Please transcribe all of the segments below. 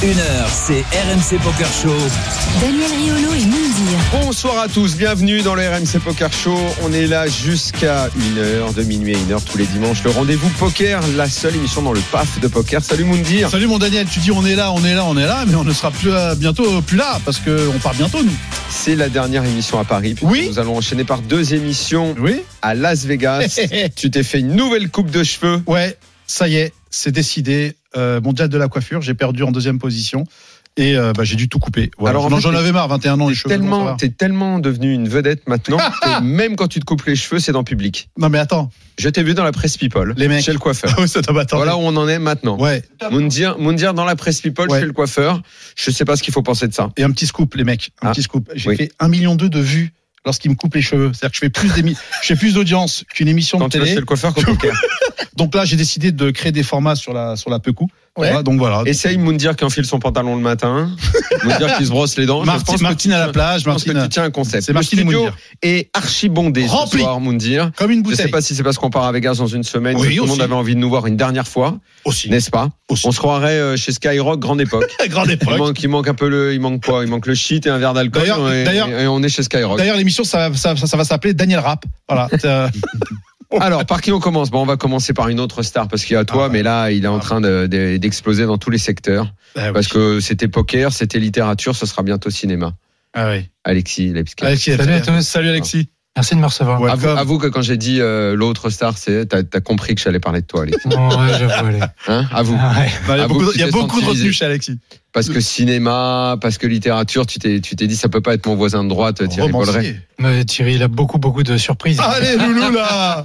1h, c'est RMC Poker Show. Daniel Riolo et Moundir. Bonsoir à tous, bienvenue dans le RMC Poker Show. On est là jusqu'à 1h, de minuit à 1h tous les dimanches. Le rendez-vous poker, la seule émission dans le PAF de poker. Salut Moundir. Salut mon Daniel, tu dis on est là, on est là, on est là, mais on ne sera plus là- bientôt plus là parce qu'on part bientôt nous. C'est la dernière émission à Paris. puisque Oui. Nous allons enchaîner par deux émissions Oui. à Las Vegas. tu t'es fait une nouvelle coupe de cheveux. Ouais, ça y est, c'est décidé. Euh, mondial de la coiffure, j'ai perdu en deuxième position et euh, bah, j'ai dû tout couper. Voilà. Alors, en Non, fait, j'en t'es- avais marre, 21 ans les cheveux. comment ça Tellement, va t'es tellement devenu une vedette maintenant que même quand tu te coupes les cheveux, c'est dans public. Non mais attends, Je t'ai vu dans la presse People, Les mecs. chez le coiffeur. Ah ouais, ça t'a battu. Voilà où on en est maintenant. Ouais. Moundir, Moundir dans la presse People, Ouais. chez le coiffeur. Je sais pas ce qu'il faut penser de ça. Et un petit scoop les mecs, un Ah. petit scoop. J'ai Oui. fait un million deux de vues lorsqu'ils me coupent les cheveux. C'est-à-dire que je fais plus d'émi- je fais plus d'audience qu'une émission Quand de tu vas télé. chez le coiffeur, quand Donc là, j'ai décidé de créer des formats sur la sur la Pecou. Voilà, donc voilà. Essaye Moundir qui enfile son pantalon le matin, Moundir qui se brosse les dents. Martine, Martine à la plage, Je pense que Martine. euh, tu tiens un concept. C'est Le Martine et studio Moundir. est archibondé ce Rempli. soir, Moundir. Comme une Je bouteille. sais pas si c'est parce qu'on part à Vegas dans une semaine, Oui, que tout le monde aussi. avait envie de nous voir une dernière fois, Aussi. n'est-ce pas Aussi. On se croirait euh, chez Skyrock, grande époque. grande Il époque. manque, il manque un peu le, il manque quoi Il manque le shit et un verre d'alcool. D'ailleurs- et, d'ailleurs- et on est chez Skyrock. D'ailleurs, l'émission, ça, ça, ça- ça va s'appeler Daniel Rap. Voilà. Euh, Alors, par qui on commence bon, On va commencer par une autre star, parce qu'il y a toi, Ah. mais là, il est en train de- de- d'exploser dans tous les secteurs. Ah Ah Parce que c'était poker, c'était littérature, ce sera bientôt cinéma. Ah oui. Alexis Lebski. Alexis, Salut à tous. Salut Ah. Alexis. Merci de me recevoir. Avoue, Welcome. avoue que quand j'ai dit euh, l'autre star, c'est t'as t'as compris que j'allais parler de toi, Alexis. Non, ouais, j'avoue, allez. Hein avoue, Ah ouais. Bah, il y a avoue que beaucoup, de- tu il y a t'es beaucoup de senti retenue chez Alexis. parce que cinéma, parce que littérature, tu t'es tu t'es dit ça peut pas être mon voisin de droite, euh, Thierry Bolleret. Romancier. Mais Thierry, il a beaucoup, beaucoup de surprises. Ah, Allez, Loulou, là.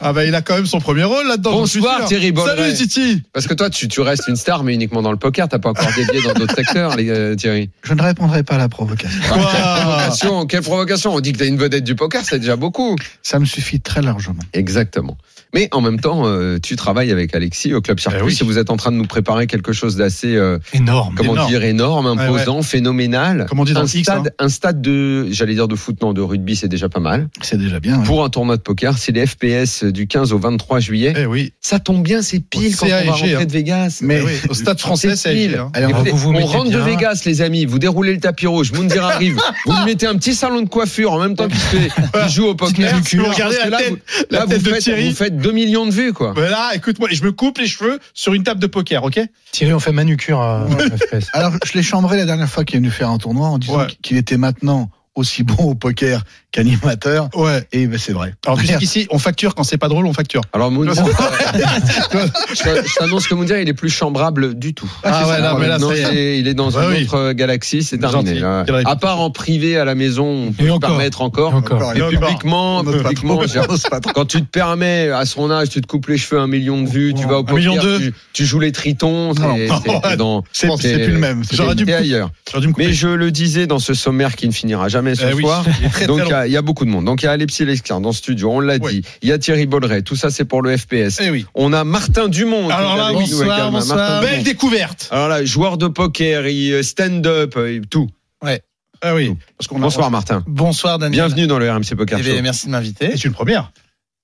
Ah, bah, il a quand même son premier rôle là-dedans. donc je suis Bonsoir sûr. Thierry Bolleret. Salut, Titi. Parce que toi, tu, tu restes une star, mais uniquement dans le poker. T'as pas encore dévié dans d'autres secteurs, les, euh, Thierry. Je ne répondrai pas à la provocation. Ouah. Provocation, quelle provocation On dit que t'es une vedette du poker, c'est déjà beaucoup. Ça me suffit très largement. Exactement. Mais en même temps, euh, tu travailles avec Alexis au Club Circus Eh oui. et vous êtes en train de nous préparer quelque chose d'assez, euh, Énorme. comment Énorme. dire, énorme, imposant, phénoménal. Comme on dit dans un le X, stade, hein. un stade de, j'allais dire de foot, non, de rugby, c'est déjà pas mal. C'est déjà bien. Pour un tournoi de poker, c'est les FPS du 15 au 23 juillet. Eh oui. Ça tombe bien, c'est pile Au quand on va CAG, rentrer hein. de Vegas. Eh oui. Au stade français, c'est pile. Alger, hein. Allez, on va Écoutez, vous vous on mettez rentre de bien. Vegas, les amis. Vous déroulez le tapis rouge. Moundir arrive. Vous lui mettez un petit salon de coiffure en même temps qu'il fait- qu'il joue au poker. navicule. Je pense Regardez que la là, tête- vous- la là, tête vous de faites- Thierry. Vous faites 2 millions de vues, quoi. Voilà, écoute-moi, et je me coupe les cheveux sur une table de poker, ok Thierry, on fait manucure euh, à FPS. Alors, je l'ai chambré la dernière fois qu'il est venu faire un tournoi en disant Ouais. qu'il était maintenant aussi bon au poker qu'animateur. Ouais. Et ben, c'est vrai. Alors, tu sais qu'ici, on facture quand c'est pas drôle, on facture. Alors, Moundir, je je t'annonce que Moundir, il est plus chambrable du tout. Ah, ouais, là, mais là, Non, ça y est. il est- il est dans Bah une oui. autre euh, galaxie, c'est Gentil. terminé. là. Quelle À part en privé à la maison, on peut Et se encore. permettre encore. Encore. Et Mais encore. publiquement, Notre publiquement, patron. j'ai- quand tu te permets, à son âge, tu te coupes les cheveux un million de vues, tu vas au Un million poker, deux. tu, tu joues les tritons, c'est- Non. c'est Ouais. c'est dans- C'est c'est- c'est plus le même. c'est- J'aurais dû, c'est me couper- ailleurs. j'aurais dû me couper. Mais je le disais dans ce sommaire qui ne finira jamais ce Eh oui, soir. il est très, très Donc il y, long. a- il y a beaucoup de monde. Donc il y a Alexis Lescar dans le studio, on l'a Ouais. dit. Il y a Thierry Bolleret, tout ça c'est pour le FPS. Eh oui. On a Martin Dumont. qui Alors est là, avec nous bonsoir, également. Martin bonsoir. Dumont. Belle découverte. Alors là, joueur de poker, il- euh, stand-up, il- tout. Ah oui. Parce qu'on a- Bonsoir Martin. Bonsoir, Daniel. Eh Bienvenue dans le RMC Poker Show. merci de m'inviter. C'est une première.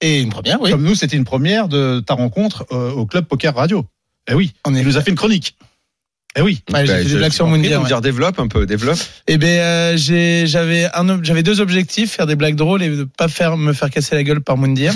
Et une première, Comme nous, c'était une première de ta rencontre euh, au club poker radio. Eh oui. On Il nous a fait une chronique. Eh oui. Ouais, j'ai Ben, fait des je- blagues je sur t'en prie, Moundir, Moundir, développe un peu, développe. Eh ben, euh, j'ai- j'avais un, ob- j'avais deux objectifs faire des blagues drôles et de pas faire me faire casser la gueule par Moundir.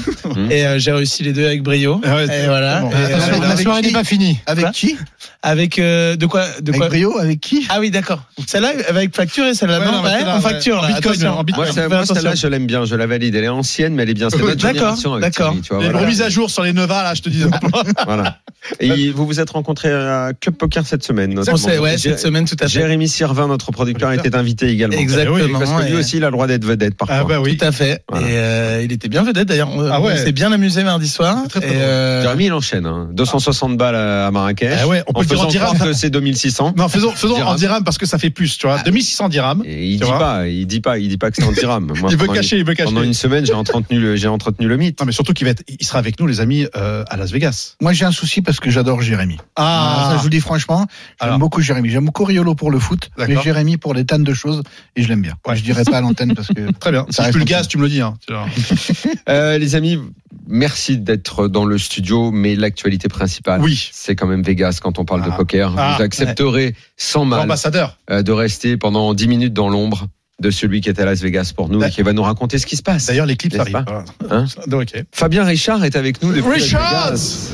et euh, j'ai réussi les deux avec brio. Ah ouais, et c'est- voilà. bon. Et, euh, Attention, La avec- soirée n'est pas finie. Quoi Avec qui avec euh, de quoi, de quoi Avec Brio Avec qui Ah oui, d'accord. Celle-là avec facture et celle-là Ouais, non, non, mais ouais, celle-là, en ouais. facture. En là, bitcoin, attention. en Moi, bitcoin. Ah, ça- fais moi, attention. celle-là, je l'aime bien, je la valide. Elle est ancienne, mais elle est bien. C'est Oui, notre d'accord, génération avec d'accord. Thierry, tu vois, Il y a une voilà. remise à jour sur les Nevas, là, je te dis. Ah, Voilà. Et vous vous êtes rencontrés à Club Poker cette semaine. On notamment. sait, ouais, Jé- cette semaine tout à fait. Jérémy Sirvin, notre producteur, était invité également. Eh Exactement, Oui, Parce que lui ouais. aussi, il a le droit d'être vedette, parfois. Ah bah oui. Tout à fait. Voilà. Et euh, il était bien vedette d'ailleurs. On, Ah ouais. on s'est bien amusé mardi soir. C'est très, très et, drôle. euh, Jérémy, il enchaîne. hein. 260 balles à Marrakech. Ah ouais, on peut en le dire en faisant dirham. croire que c'est 2600. Non, faisons, faisons en Dirham. dirham parce que ça fait plus, tu Ah. vois. 2600 dirhams. Et il Tu dit vois pas, il dit pas, il dit pas que c'est en dirham. Moi, Il veut pendant une- cacher, il veut cacher. Pendant une semaine, j'ai entretenu le, j'ai entretenu le mythe. Non, mais surtout qu'il va être, il sera avec nous, les amis, euh, à Las Vegas. Moi, j'ai un souci parce que j'adore Jérémy. Ah, Ça, je vous le dis franchement, Alors. j'aime beaucoup Jérémy. J'aime beaucoup Riolo pour le foot, mais D'accord. Jérémy pour des tonnes de choses, et je l'aime bien. Je dirais pas à l'antenne parce que. très bien. Si Ça je peux le reste gaz, tu me le dis. hein. Tu vois. Euh, les amis, merci d'être dans le studio, mais l'actualité principale, Oui. c'est quand même Vegas quand on parle de Ah. poker. Ah, Vous accepterez sans mal L'ambassadeur. euh, de rester pendant 10 minutes dans l'ombre de celui qui est à Las Vegas pour nous et D'ailleurs- qui va nous raconter ce qui se passe. D'ailleurs, les clips N'est-ce arrivent. Hein Voilà. Donc, ok. Fabien Richard est avec nous depuis Las Richards Vegas.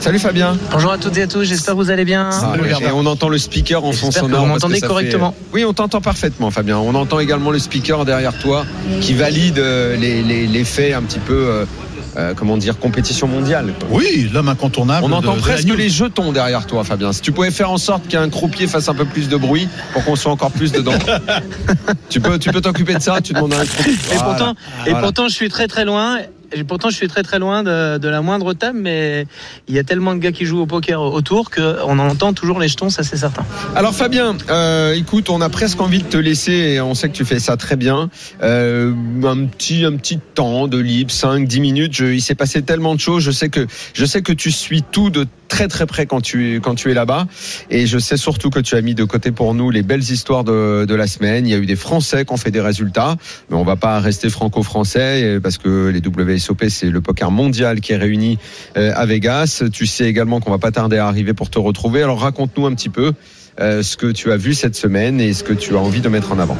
Salut Fabien Bonjour à toutes et à tous, j'espère que vous allez bien. Ah, Salut, et Richard. on entend le speaker en fond J'espère que sonore. vous parce m'entendez ça fait- correctement. Oui, on t'entend parfaitement, Fabien. On entend également le speaker derrière toi qui valide euh, les, les- les faits un petit peu, euh, euh, comment dire, compétition mondiale. quoi. Oui, l'homme incontournable. On de- entend de la presque news. les jetons derrière toi, Fabien. Si tu pouvais faire en sorte qu'un croupier fasse un peu plus de bruit pour qu'on soit encore plus dedans, tu peux tu peux t'occuper de ça. Tu demandes à un croupier. Et Voilà. pourtant, et Voilà. pourtant, je suis très très loin. Et pourtant, je suis très très loin de, de la moindre table, mais il y a tellement de gars qui jouent au poker autour qu'on entend toujours les jetons, ça c'est certain. Alors Fabien, euh, écoute, on a presque envie de te laisser. Et on sait que tu fais ça très bien. Euh, un petit un petit temps de libre, 5 10 minutes. Je- il s'est passé tellement de choses. Je sais que je sais que tu suis tout de très très près quand tu es quand tu es là-bas. Et je sais surtout que tu as mis de côté pour nous les belles histoires de, de la semaine. Il y a eu des Français qui ont fait des résultats, mais on va pas rester franco-français euh, parce que les WSOP c'est le poker mondial qui est réuni euh, à Vegas. Tu sais également qu'on va pas tarder à arriver pour te retrouver. Alors raconte-nous un petit peu euh, ce que tu as vu cette semaine et ce que tu as envie de mettre en avant.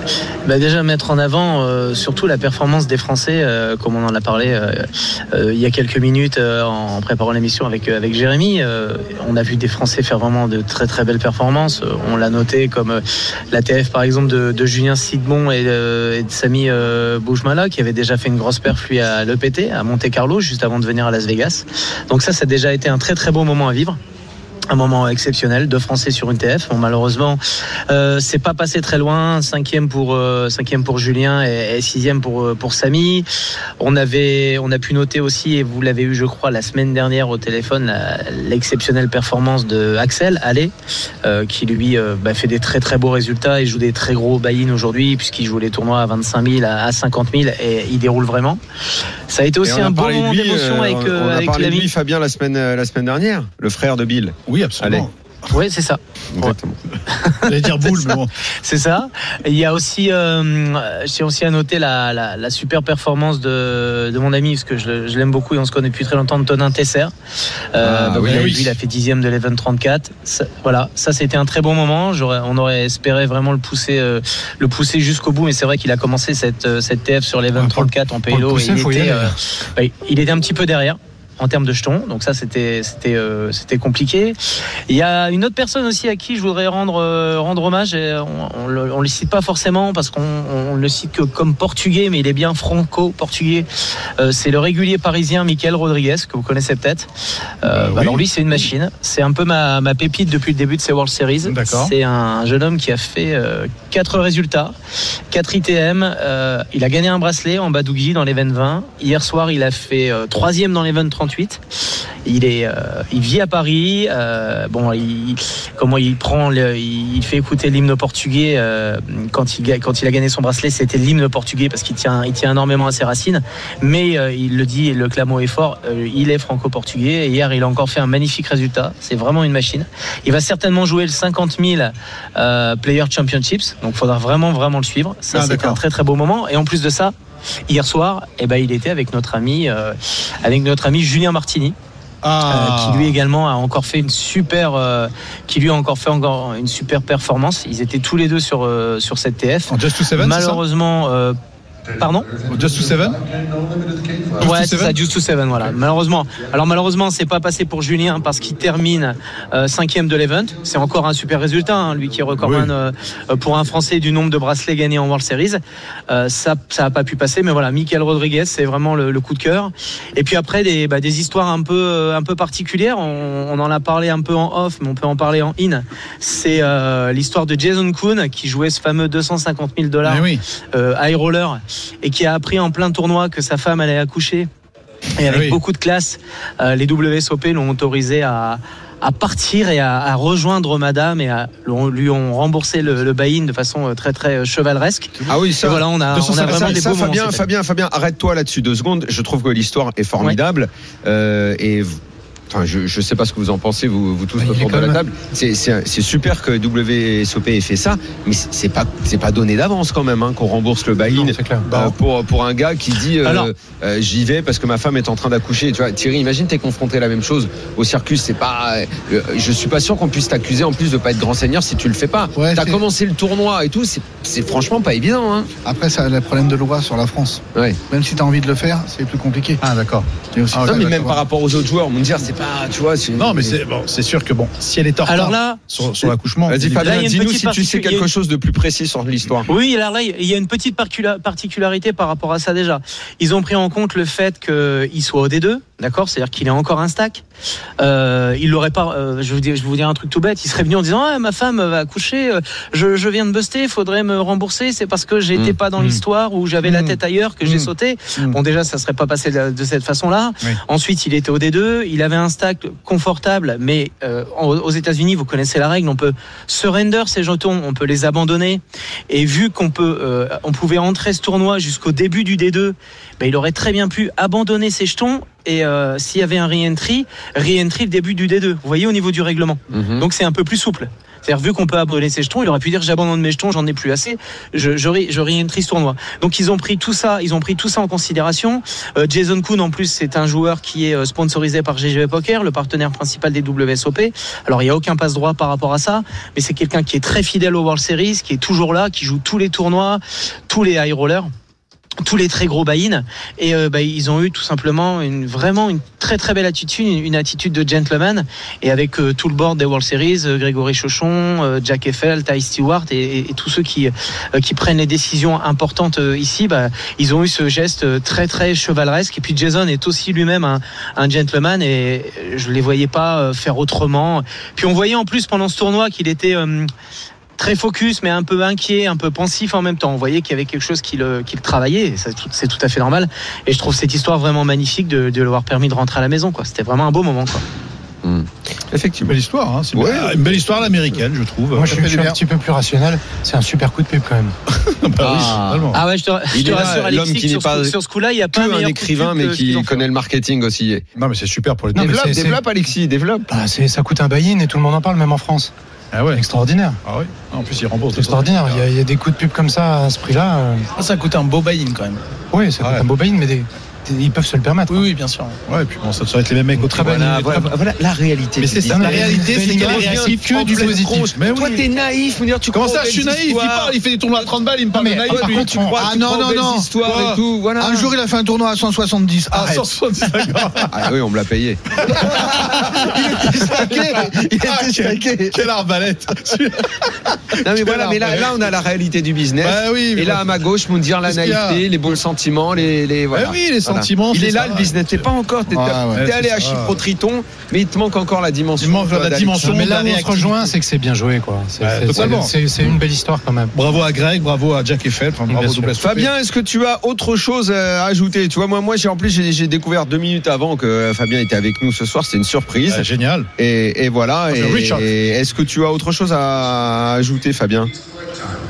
Bah déjà mettre en avant euh, surtout la performance des Français, euh, comme on en a parlé euh, euh, il y a quelques minutes euh, en préparant l'émission avec euh, avec Jérémy. Euh, on a vu des Français faire vraiment de très très belles performances. Euh, on l'a noté comme euh, la TF par exemple de, de Julien Sigmon et, euh, et de Samy euh, Boujmala qui avait déjà fait une grosse perf lui à l'EPT à Monte Carlo juste avant de venir à Las Vegas. Donc ça, ça a déjà été un très très beau moment à vivre. Un moment exceptionnel, deux Français sur une TF. Bon, malheureusement, euh, c'est pas passé très loin. Cinquième pour euh, cinquième pour Julien et, et sixième pour euh, pour Samy. On avait on a pu noter aussi et vous l'avez eu je crois la semaine dernière au téléphone la- l'exceptionnelle performance de Axel Allais euh, qui lui euh, bah, fait des très très beaux résultats et joue des très gros buy-in aujourd'hui puisqu'il joue les tournois à 25 000 à à 50 000 et il déroule vraiment. Ça a été aussi Et on a un beau parlé de moment lui, d'émotion euh, avec on- euh, on a avec parlé de lui, l'ami. Fabien, la semaine, euh, la semaine dernière, le frère de Bill. Oui, absolument. Oui c'est ça. Exactement. J'allais dire boule, C'est mais bon. C'est ça. Et Il y a aussi, euh, j'ai aussi à noter la, la- la super performance de, de mon ami, parce que je, le- je l'aime beaucoup et on se connaît depuis très longtemps, Antonin Tesser. Euh, Ah, donc, oui, vous l'avez oui. vu, il a fait dixième de l'Event 34. Ça- voilà, ça c'était un très bon moment. J'aurais, on aurait espéré vraiment le pousser, euh, le pousser jusqu'au bout, mais c'est vrai qu'il a commencé cette, euh, cette TF sur l'Event Ouais, pour le- 34 en Pour le payload. pousser, et il faut y était, aller. euh, bah, il était un petit peu derrière en termes de jetons, donc ça c'était c'était euh, c'était compliqué. Il y a une autre personne aussi à qui je voudrais rendre euh, rendre hommage. et on, on le, on le cite pas forcément parce qu'on on le cite que comme portugais, mais il est bien franco-portugais. Euh, c'est le régulier parisien Michael Rodriguez que vous connaissez peut-être. Euh, Bah bah, oui. Alors lui c'est une machine. C'est un peu ma, ma pépite depuis le début de ces World Series. D'accord. C'est un jeune homme qui a fait euh, quatre résultats. 4 ITM. euh, il a gagné un bracelet en Badougi dans les 20. Hier soir, il a fait euh, troisième dans les 38. Il est, euh, il vit à Paris. euh, bon, il, comment il prend, le- il, il fait écouter l'hymne portugais euh, quand il ga- quand il a gagné son bracelet, c'était l'hymne portugais parce qu'il tient, il tient énormément à ses racines. Mais euh, il le dit et le clamo est fort. euh, il est franco-portugais. Et hier, il a encore fait un magnifique résultat. C'est vraiment une machine. Il va certainement jouer le 50 000 euh, Player Championships. Donc, faudra vraiment, vraiment le suivre. Ça, Ah, c'était d'accord. un très, très beau moment. Et en plus de ça, hier soir, eh ben, il était avec notre ami, euh, avec notre ami Julien Martini, euh, Ah. qui lui également a encore fait une super, euh, qui lui a encore fait encore une super performance. Ils étaient tous les deux sur euh, sur cette TF. En Just to Seven, c'est ça Malheureusement. euh, Pardon En Just to Seven Just Ouais, to c'est Seven ça, Just to Seven, voilà. Malheureusement. Alors, malheureusement, c'est pas passé pour Julien parce qu'il termine euh, cinquième de l'event. C'est encore un super résultat, hein, lui qui est recordman euh, euh, pour un Français du nombre de bracelets gagnés en World Series. Euh, ça, ça a pas pu passer, mais voilà, Michael Rodriguez, c'est vraiment le, le coup de cœur. Et puis après, des, bah, des histoires un peu, euh, un peu particulières. On, on en a parlé un peu en off, mais on peut en parler en in. C'est euh, l'histoire de Jason Kuhn qui jouait ce fameux 250 000 dollars Mais oui. euh, high roller et qui a appris en plein tournoi que sa femme allait accoucher. Et avec oui. beaucoup de classe, euh, les WSOP l'ont autorisé à, à partir et à, à rejoindre madame et à, l'ont- lui ont remboursé le, le buy-in de façon euh, très très euh, chevaleresque. Ah oui, Et ça. voilà, on a, on a ça, vraiment des ça, beaux moments, Fabien, cette année. Fabien, Fabien, arrête-toi là-dessus deux secondes. Je trouve que l'histoire est formidable euh, et v- enfin, je ne sais pas ce que vous en pensez, vous, vous tous Bah, Il y a autour de quand la même- table. C'est- C'est c'est super que WSOP ait fait ça, mais c'est- c'est pas c'est pas donné d'avance quand même hein, qu'on rembourse le buy-in c'est clair. euh, pour pour un gars qui dit euh, Bah, Alors- euh, j'y vais parce que ma femme est en train d'accoucher. Tu vois, Thierry, imagine t'es confronté à la même chose au circus. C'est pas, euh, je suis pas sûr qu'on puisse t'accuser en plus de pas être grand seigneur si tu le fais pas. Ouais, T'as c'est- commencé le tournoi et tout, c'est- c'est franchement pas évident. Hein. Après, ça a le problème de loi sur la France. Ouais. Même si tu as envie de le faire, c'est plus compliqué. Ah, d'accord. Il y a aussi non, ça, mais là, même tu par vois. rapport aux autres joueurs, Moundir, c'est pas, tu vois, c'est- Non, mais c'est bon, c'est sûr que bon, si elle est en retard Alors là, sur, sur l'accouchement, Vas-y c'est- Là, il y Fabien, a une dis-nous petite si tu sais particu- il y a quelque une- chose de plus précis sur l'histoire. Oui, alors là, il y a une petite parcula- particularité par rapport à ça déjà. Ils ont pris en compte le fait qu'il soit au D2, d'accord C'est-à-dire qu'il est encore un stack. Euh, il l'aurait pas. euh, je, vous dis, je vous dis un truc tout bête. Il serait venu en disant ah, ma femme va coucher, euh, je, je viens de buster, faudrait me rembourser. C'est parce que j'étais Mm. pas dans Mm. l'histoire ou j'avais la Mm. tête ailleurs que j'ai Mm. sauté. Mm. Bon, déjà, ça serait pas passé de, de cette façon-là. Oui. Ensuite, il était au D2. Il avait un stack confortable, mais euh, en- aux États-Unis, vous connaissez la règle. On peut surrender ces jetons, on peut les abandonner. Et vu qu'on peut, euh, on pouvait entrer ce tournoi jusqu'au début du D2, ben, il aurait très bien pu abandonner ses jetons. Et euh, s'il y avait un re-entry, re-entry le début du D2. Vous voyez au niveau du règlement. Donc c'est un peu plus souple. C'est-à-dire vu qu'on peut abandonner ses jetons, il aurait pu dire j'abandonne mes jetons, j'en ai plus assez, je, je, re- je re-entry ce tournoi. Donc ils ont pris tout ça, ils ont pris tout ça en considération. Euh, Jason Kuhn en plus c'est un joueur qui est euh, sponsorisé par GGV Poker, le partenaire principal des WSOP. Alors il n'y a aucun passe droit par rapport à ça, mais c'est quelqu'un qui est très fidèle au World Series, qui est toujours là, qui joue tous les tournois, tous les high rollers tous les très gros buy-in et euh, bah, ils ont eu tout simplement une, vraiment une très très belle attitude une, une attitude de gentleman et avec euh, tout le board des World Series euh, Grégory Chauchon euh, Jack Eiffel Ty Stewart et, et- et tous ceux qui, euh, qui prennent les décisions importantes euh, ici bah, ils ont eu ce geste euh, très très chevaleresque et puis Jason est aussi lui-même un, un gentleman et euh, je les voyais pas euh, faire autrement puis on voyait en plus pendant ce tournoi qu'il était euh, très focus, mais un peu inquiet, un peu pensif en même temps. On voyait qu'il y avait quelque chose qui le, qui le travaillait. et ça, c'est tout- C'est tout à fait normal. Et je trouve cette histoire vraiment magnifique de, de l'avoir permis de rentrer à la maison. quoi. C'était vraiment un beau moment. Quoi. c'est une Effectivement. belle histoire. Hein, c'est une Ouais. belle- une belle histoire à l'américaine, je trouve. Moi, je Ça suis, fait je suis du un bien. petit peu plus rationnel. C'est un super coup de pub quand même. Bah oui, Ah. totalement. Ah ouais, je te, je Il te est là, rassure, l'homme Alexis, qui que n'est sur, ce pas coup- sur ce coup-là, il n'y a pas Que un meilleur écrivain, coup de mais pub que ce qu'ils qui ont fait. hein. connaît le marketing aussi. Non, mais c'est super pour les Non, mais Développe, c'est- c'est- développe, Alexis, développe. Ah, c'est- ça coûte un buy-in et tout le monde en parle, même en France. Ah ouais. Extraordinaire. Ah ouais. En plus, il rembourse. C'est extraordinaire. Il y, a, il y a des coups de pub comme ça à ce prix-là. euh, Ça coûte un beau buy-in quand même. Oui, ça coûte Ouais. un beau buy-in, mais des- des- ils peuvent se le permettre. Oui, oui, bien sûr. Ouais, et puis bon, ça devrait être les mêmes mecs au travail. Voilà, voilà, voilà la réalité. Mais du c'est ça, business. la réalité, c'est qu'il réagit que du positif. Mais Toi, oui. t'es naïf, Mounir, tu Comment crois ça, aux je suis belles naïf Il histoires. parle, il fait des tournois à 30 balles, il me parle mais de naïf. par Toi, lui. lui, contre, tu on- crois, Ah tu non, crois aux non, belles non. histoires et tout. Voilà. Un jour, il a fait un tournoi à 170. Ah, Arrête. 170, d'accord. Ah oui, on me l'a payé. Il était Ah, quel- stacké. Quelle arbalète Non, mais voilà, mais là, là, on a la réalité du business. Bah oui, Et là, à ma gauche, Moundir, la Qu'est-ce qu'il y a naïveté, les bons sentiments, les. les voilà. Eh oui, les Voilà. sentiments. Il c'est est là ça. le business. T'es pas encore. T'es Ouais, t'es ouais, allé c'est à ça. Chypre au Triton, mais il te manque encore la dimension. Il manque la toi, d'Alex. dimension. Non, mais la là où on se réactivité. rejoint, c'est que c'est bien joué, quoi. C'est Ouais, c'est- totalement. c'est- c'est une belle histoire quand même. Bravo à Greg, bravo à Jack Eiffel, enfin, bravo Bien au sûr. double SOP. Fabien, est-ce que tu as autre chose à ajouter Tu vois, moi, moi, j'ai en plus, j'ai j'ai découvert deux minutes avant que euh, Fabien était avec nous ce soir. C'était une surprise. Ah, génial. Et, et voilà. Ah, Et, c'est Richard. et est-ce que tu as autre chose à ajouter, Fabien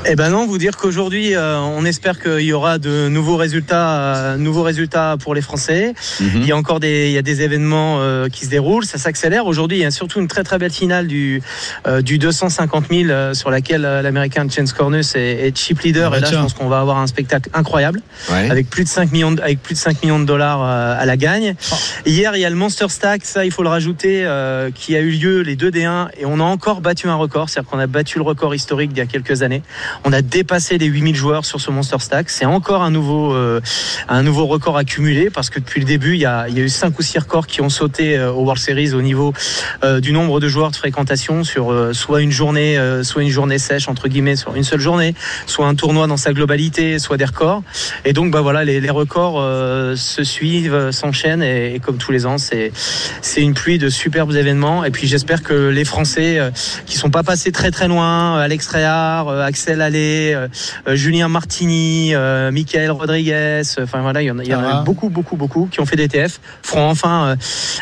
Eh ben non, vous dire qu'aujourd'hui, euh, on espère qu'il y aura de nouveaux résultats, euh, nouveaux résultats pour les Français. Mhm. Il y a encore des, il y a des événements euh, qui se déroulent, ça s'accélère. Aujourd'hui, il y a surtout une très très belle finale du euh, du 250 000 euh, sur laquelle euh, l'américain Chance Cornus est, est chip leader. Ah bah et là, tiens. je pense qu'on va avoir un spectacle incroyable Ouais. avec plus de 5 millions de, avec plus de 5 millions de dollars euh, à la gagne. Hier, il y a le Monster Stack, ça il faut le rajouter, euh, qui a eu lieu les 2 D1 et on a encore battu un record, c'est-à-dire qu'on a battu le record historique d'il y a quelques années. On a dépassé les 8000 joueurs sur ce Monster Stack, c'est encore un nouveau euh, un nouveau record accumulé parce que depuis le début, il y a, il y a eu 5 ou 6 records qui ont sauté euh, au World Series au niveau euh, du nombre de joueurs de fréquentation sur euh, soit une journée euh, soit une journée sèche entre guillemets sur une seule journée, soit un tournoi dans sa globalité, soit des records. Et donc, bah voilà, les, les records euh, se suivent, euh, s'enchaînent, et, et comme tous les ans, c'est c'est une pluie de superbes événements. Et puis, j'espère que les Français euh, qui sont pas passés très très loin, euh, Alex Réard, euh, Axel Allais, euh, euh, Julien Martini, euh, Michael Rodriguez, euh, enfin voilà, il y en a, il y en a Ah. beaucoup beaucoup beaucoup qui ont fait des TF, feront enfin euh,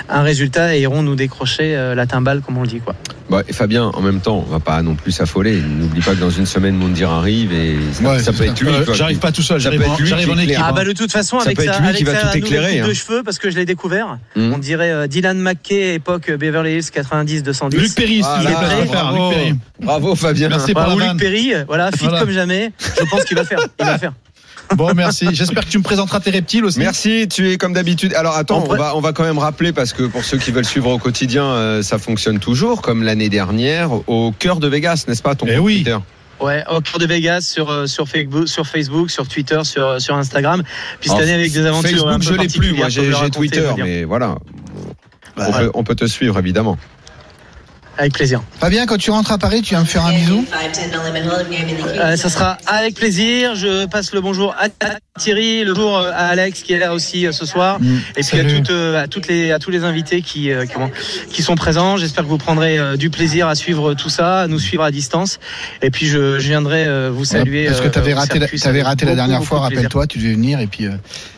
un résultat et iront nous décrocher euh, la timbale, comme on le dit quoi. Bah, et Fabien, en même temps, on va pas non plus s'affoler. N'oublie pas que dans une semaine, Mondir arrive et ça, Ouais, ça peut être lui. euh, quoi, J'arrive qui- pas tout seul, ça j'arrive peut être en, lui j'arrive qui en équipe. éclaire. Ah bah de toute façon Hein. Ça avec peut être sa, lui qui avec va sa tout nouvelle éclairer, coupe hein. de cheveux parce que je l'ai découvert. Mm. On dirait euh, Dylan McKay époque euh, Beverly Hills 90 210. Luc Perry, si Voilà, vous voulez pas faire, bravo. Luc Perry. Bravo Fabien. Merci pour Bravo, la Luc vanne. Perry, euh, voilà, fit Voilà. comme jamais. Je pense qu'il va faire. Il va faire. Bon, merci. J'espère que tu me présenteras tes reptiles aussi. Merci, tu es comme d'habitude. Alors attends, En on vrai- va, on va quand même rappeler, parce que pour ceux qui veulent suivre au quotidien, euh, ça fonctionne toujours, comme l'année dernière, au cœur de Vegas, n'est-ce pas ton Eh compte oui. Twitter Ouais, au cœur de Vegas sur euh, sur Facebook, sur Facebook, sur Twitter, sur euh, sur Instagram. Puis cette Alors, année avec des aventures un Facebook, je peu l'ai plus, moi particulières, j'ai comme j'ai je racontais, on Twitter, va dire. mais voilà. Bah, on, peut, on peut te suivre, évidemment. avec plaisir. Fabien, quand tu rentres à Paris, tu vas me faire un bisou Eh, Euh, ça sera avec plaisir. Je passe le bonjour à Thierry, le bonjour euh, à Alex qui est là aussi euh, ce soir, Mm. et puis à, Salut. toutes, euh, à toutes les à tous les invités qui euh, comment- qui sont présents. J'espère que vous prendrez euh, du plaisir à suivre tout ça, à nous suivre à distance, et puis je, je viendrai euh, vous saluer. Parce que euh, t'avais au raté, la- Circus t'avais avec raté la beaucoup, dernière beaucoup fois, de plaisir. rappelle-toi, tu devais venir et puis euh,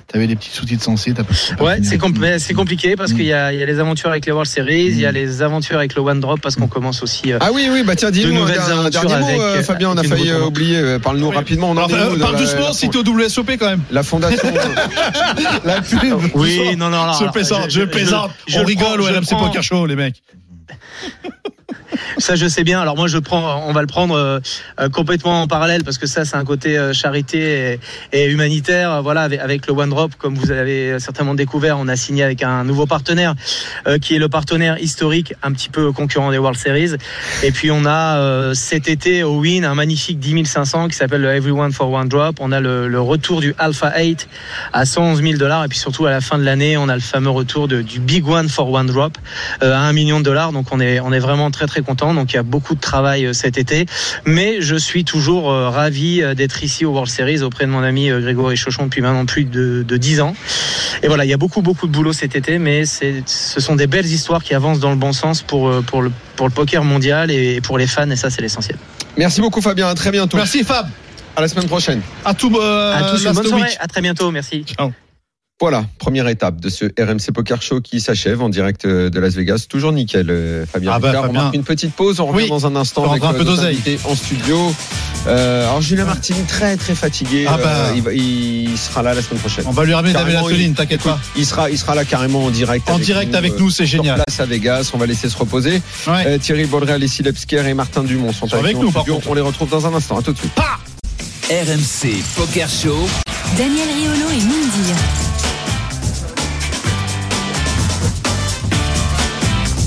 t'avais des petits sous-titres censés. t'as pas- t'as pas Ouais, fini. c'est compl- c'est compliqué parce Mm. qu'il y, a il y a les aventures avec les World Series, il y a les aventures avec le One Drop parce Mm. qu'on commence aussi. euh, Ah oui, oui, bah tiens, De dis-nous un nouvelles der- un aventures dernier mot, avec, euh, euh, Fabien, on a avec une failli euh, retour. oublier. euh, Parle-nous Oui. rapidement. On en Enfin, est où euh, dans Parle la- la doucement fond- si t'es au WSOP quand même. La fondation. euh, La pub. Oui, non, non, non. Je alors, plaisante, je, plaisante. je on le rigole prends, au je le RMC prends. Poker Show, les mecs. Ça, je sais bien. Alors moi, je prends, on va le prendre euh, euh, complètement en parallèle parce que ça, c'est un côté euh, charité et, et humanitaire. Euh, Voilà, avec, avec le One Drop, comme vous avez certainement découvert, on a signé avec un nouveau partenaire euh, qui est le partenaire historique, un petit peu concurrent des World Series. Et puis on a euh, cet été au Win un magnifique 10 500 qui s'appelle le Everyone for One Drop. On a le, le retour du Alpha 8 à 111 000 dollars et puis surtout à la fin de l'année, on a le fameux retour de- du Big One for One Drop euh, à 1 million de dollars. Donc on est, on est vraiment très très content. Donc il y a beaucoup de travail euh, cet été. Mais je suis toujours euh, ravi euh, d'être ici au World Series auprès de mon ami euh, Grégory Chauchon depuis maintenant plus de, de 10 ans. Et voilà, il y a beaucoup beaucoup de boulot cet été, mais c'est- ce sont des belles histoires qui avancent dans le bon sens pour, euh, pour, le, pour le poker mondial et pour les fans, et ça c'est l'essentiel. Merci beaucoup, Fabien. À très bientôt. Merci Fab. À la semaine prochaine. À tout. euh, à tous, une last bonne week. soirée, à très bientôt, merci. Voilà, première étape de ce RMC Poker Show qui s'achève en direct euh, de Las Vegas. Toujours nickel, euh, Fabien. Ah bah, Ricard. On Fabien. marque une petite pause, on revient Oui, dans un instant on avec prend un euh, peu nos d'oseille. invités en studio. Euh, alors Julien Martini, très très fatigué. euh, Ah bah. il, va- il sera là la semaine prochaine. On va lui ramener David Carrément, Asseline, t'inquiète pas. Il sera, il sera là carrément en direct. En direct avec nous, c'est euh, Sur génial. place à Vegas, on va laisser se reposer. Ouais. Euh, Thierry Baudré, Alessi Lepsker et Martin Dumont sont sont avec, avec en nous, par studio. contre. On les retrouve dans un instant. À tout de suite. RMC Poker Show. Daniel Riolo et Mindir.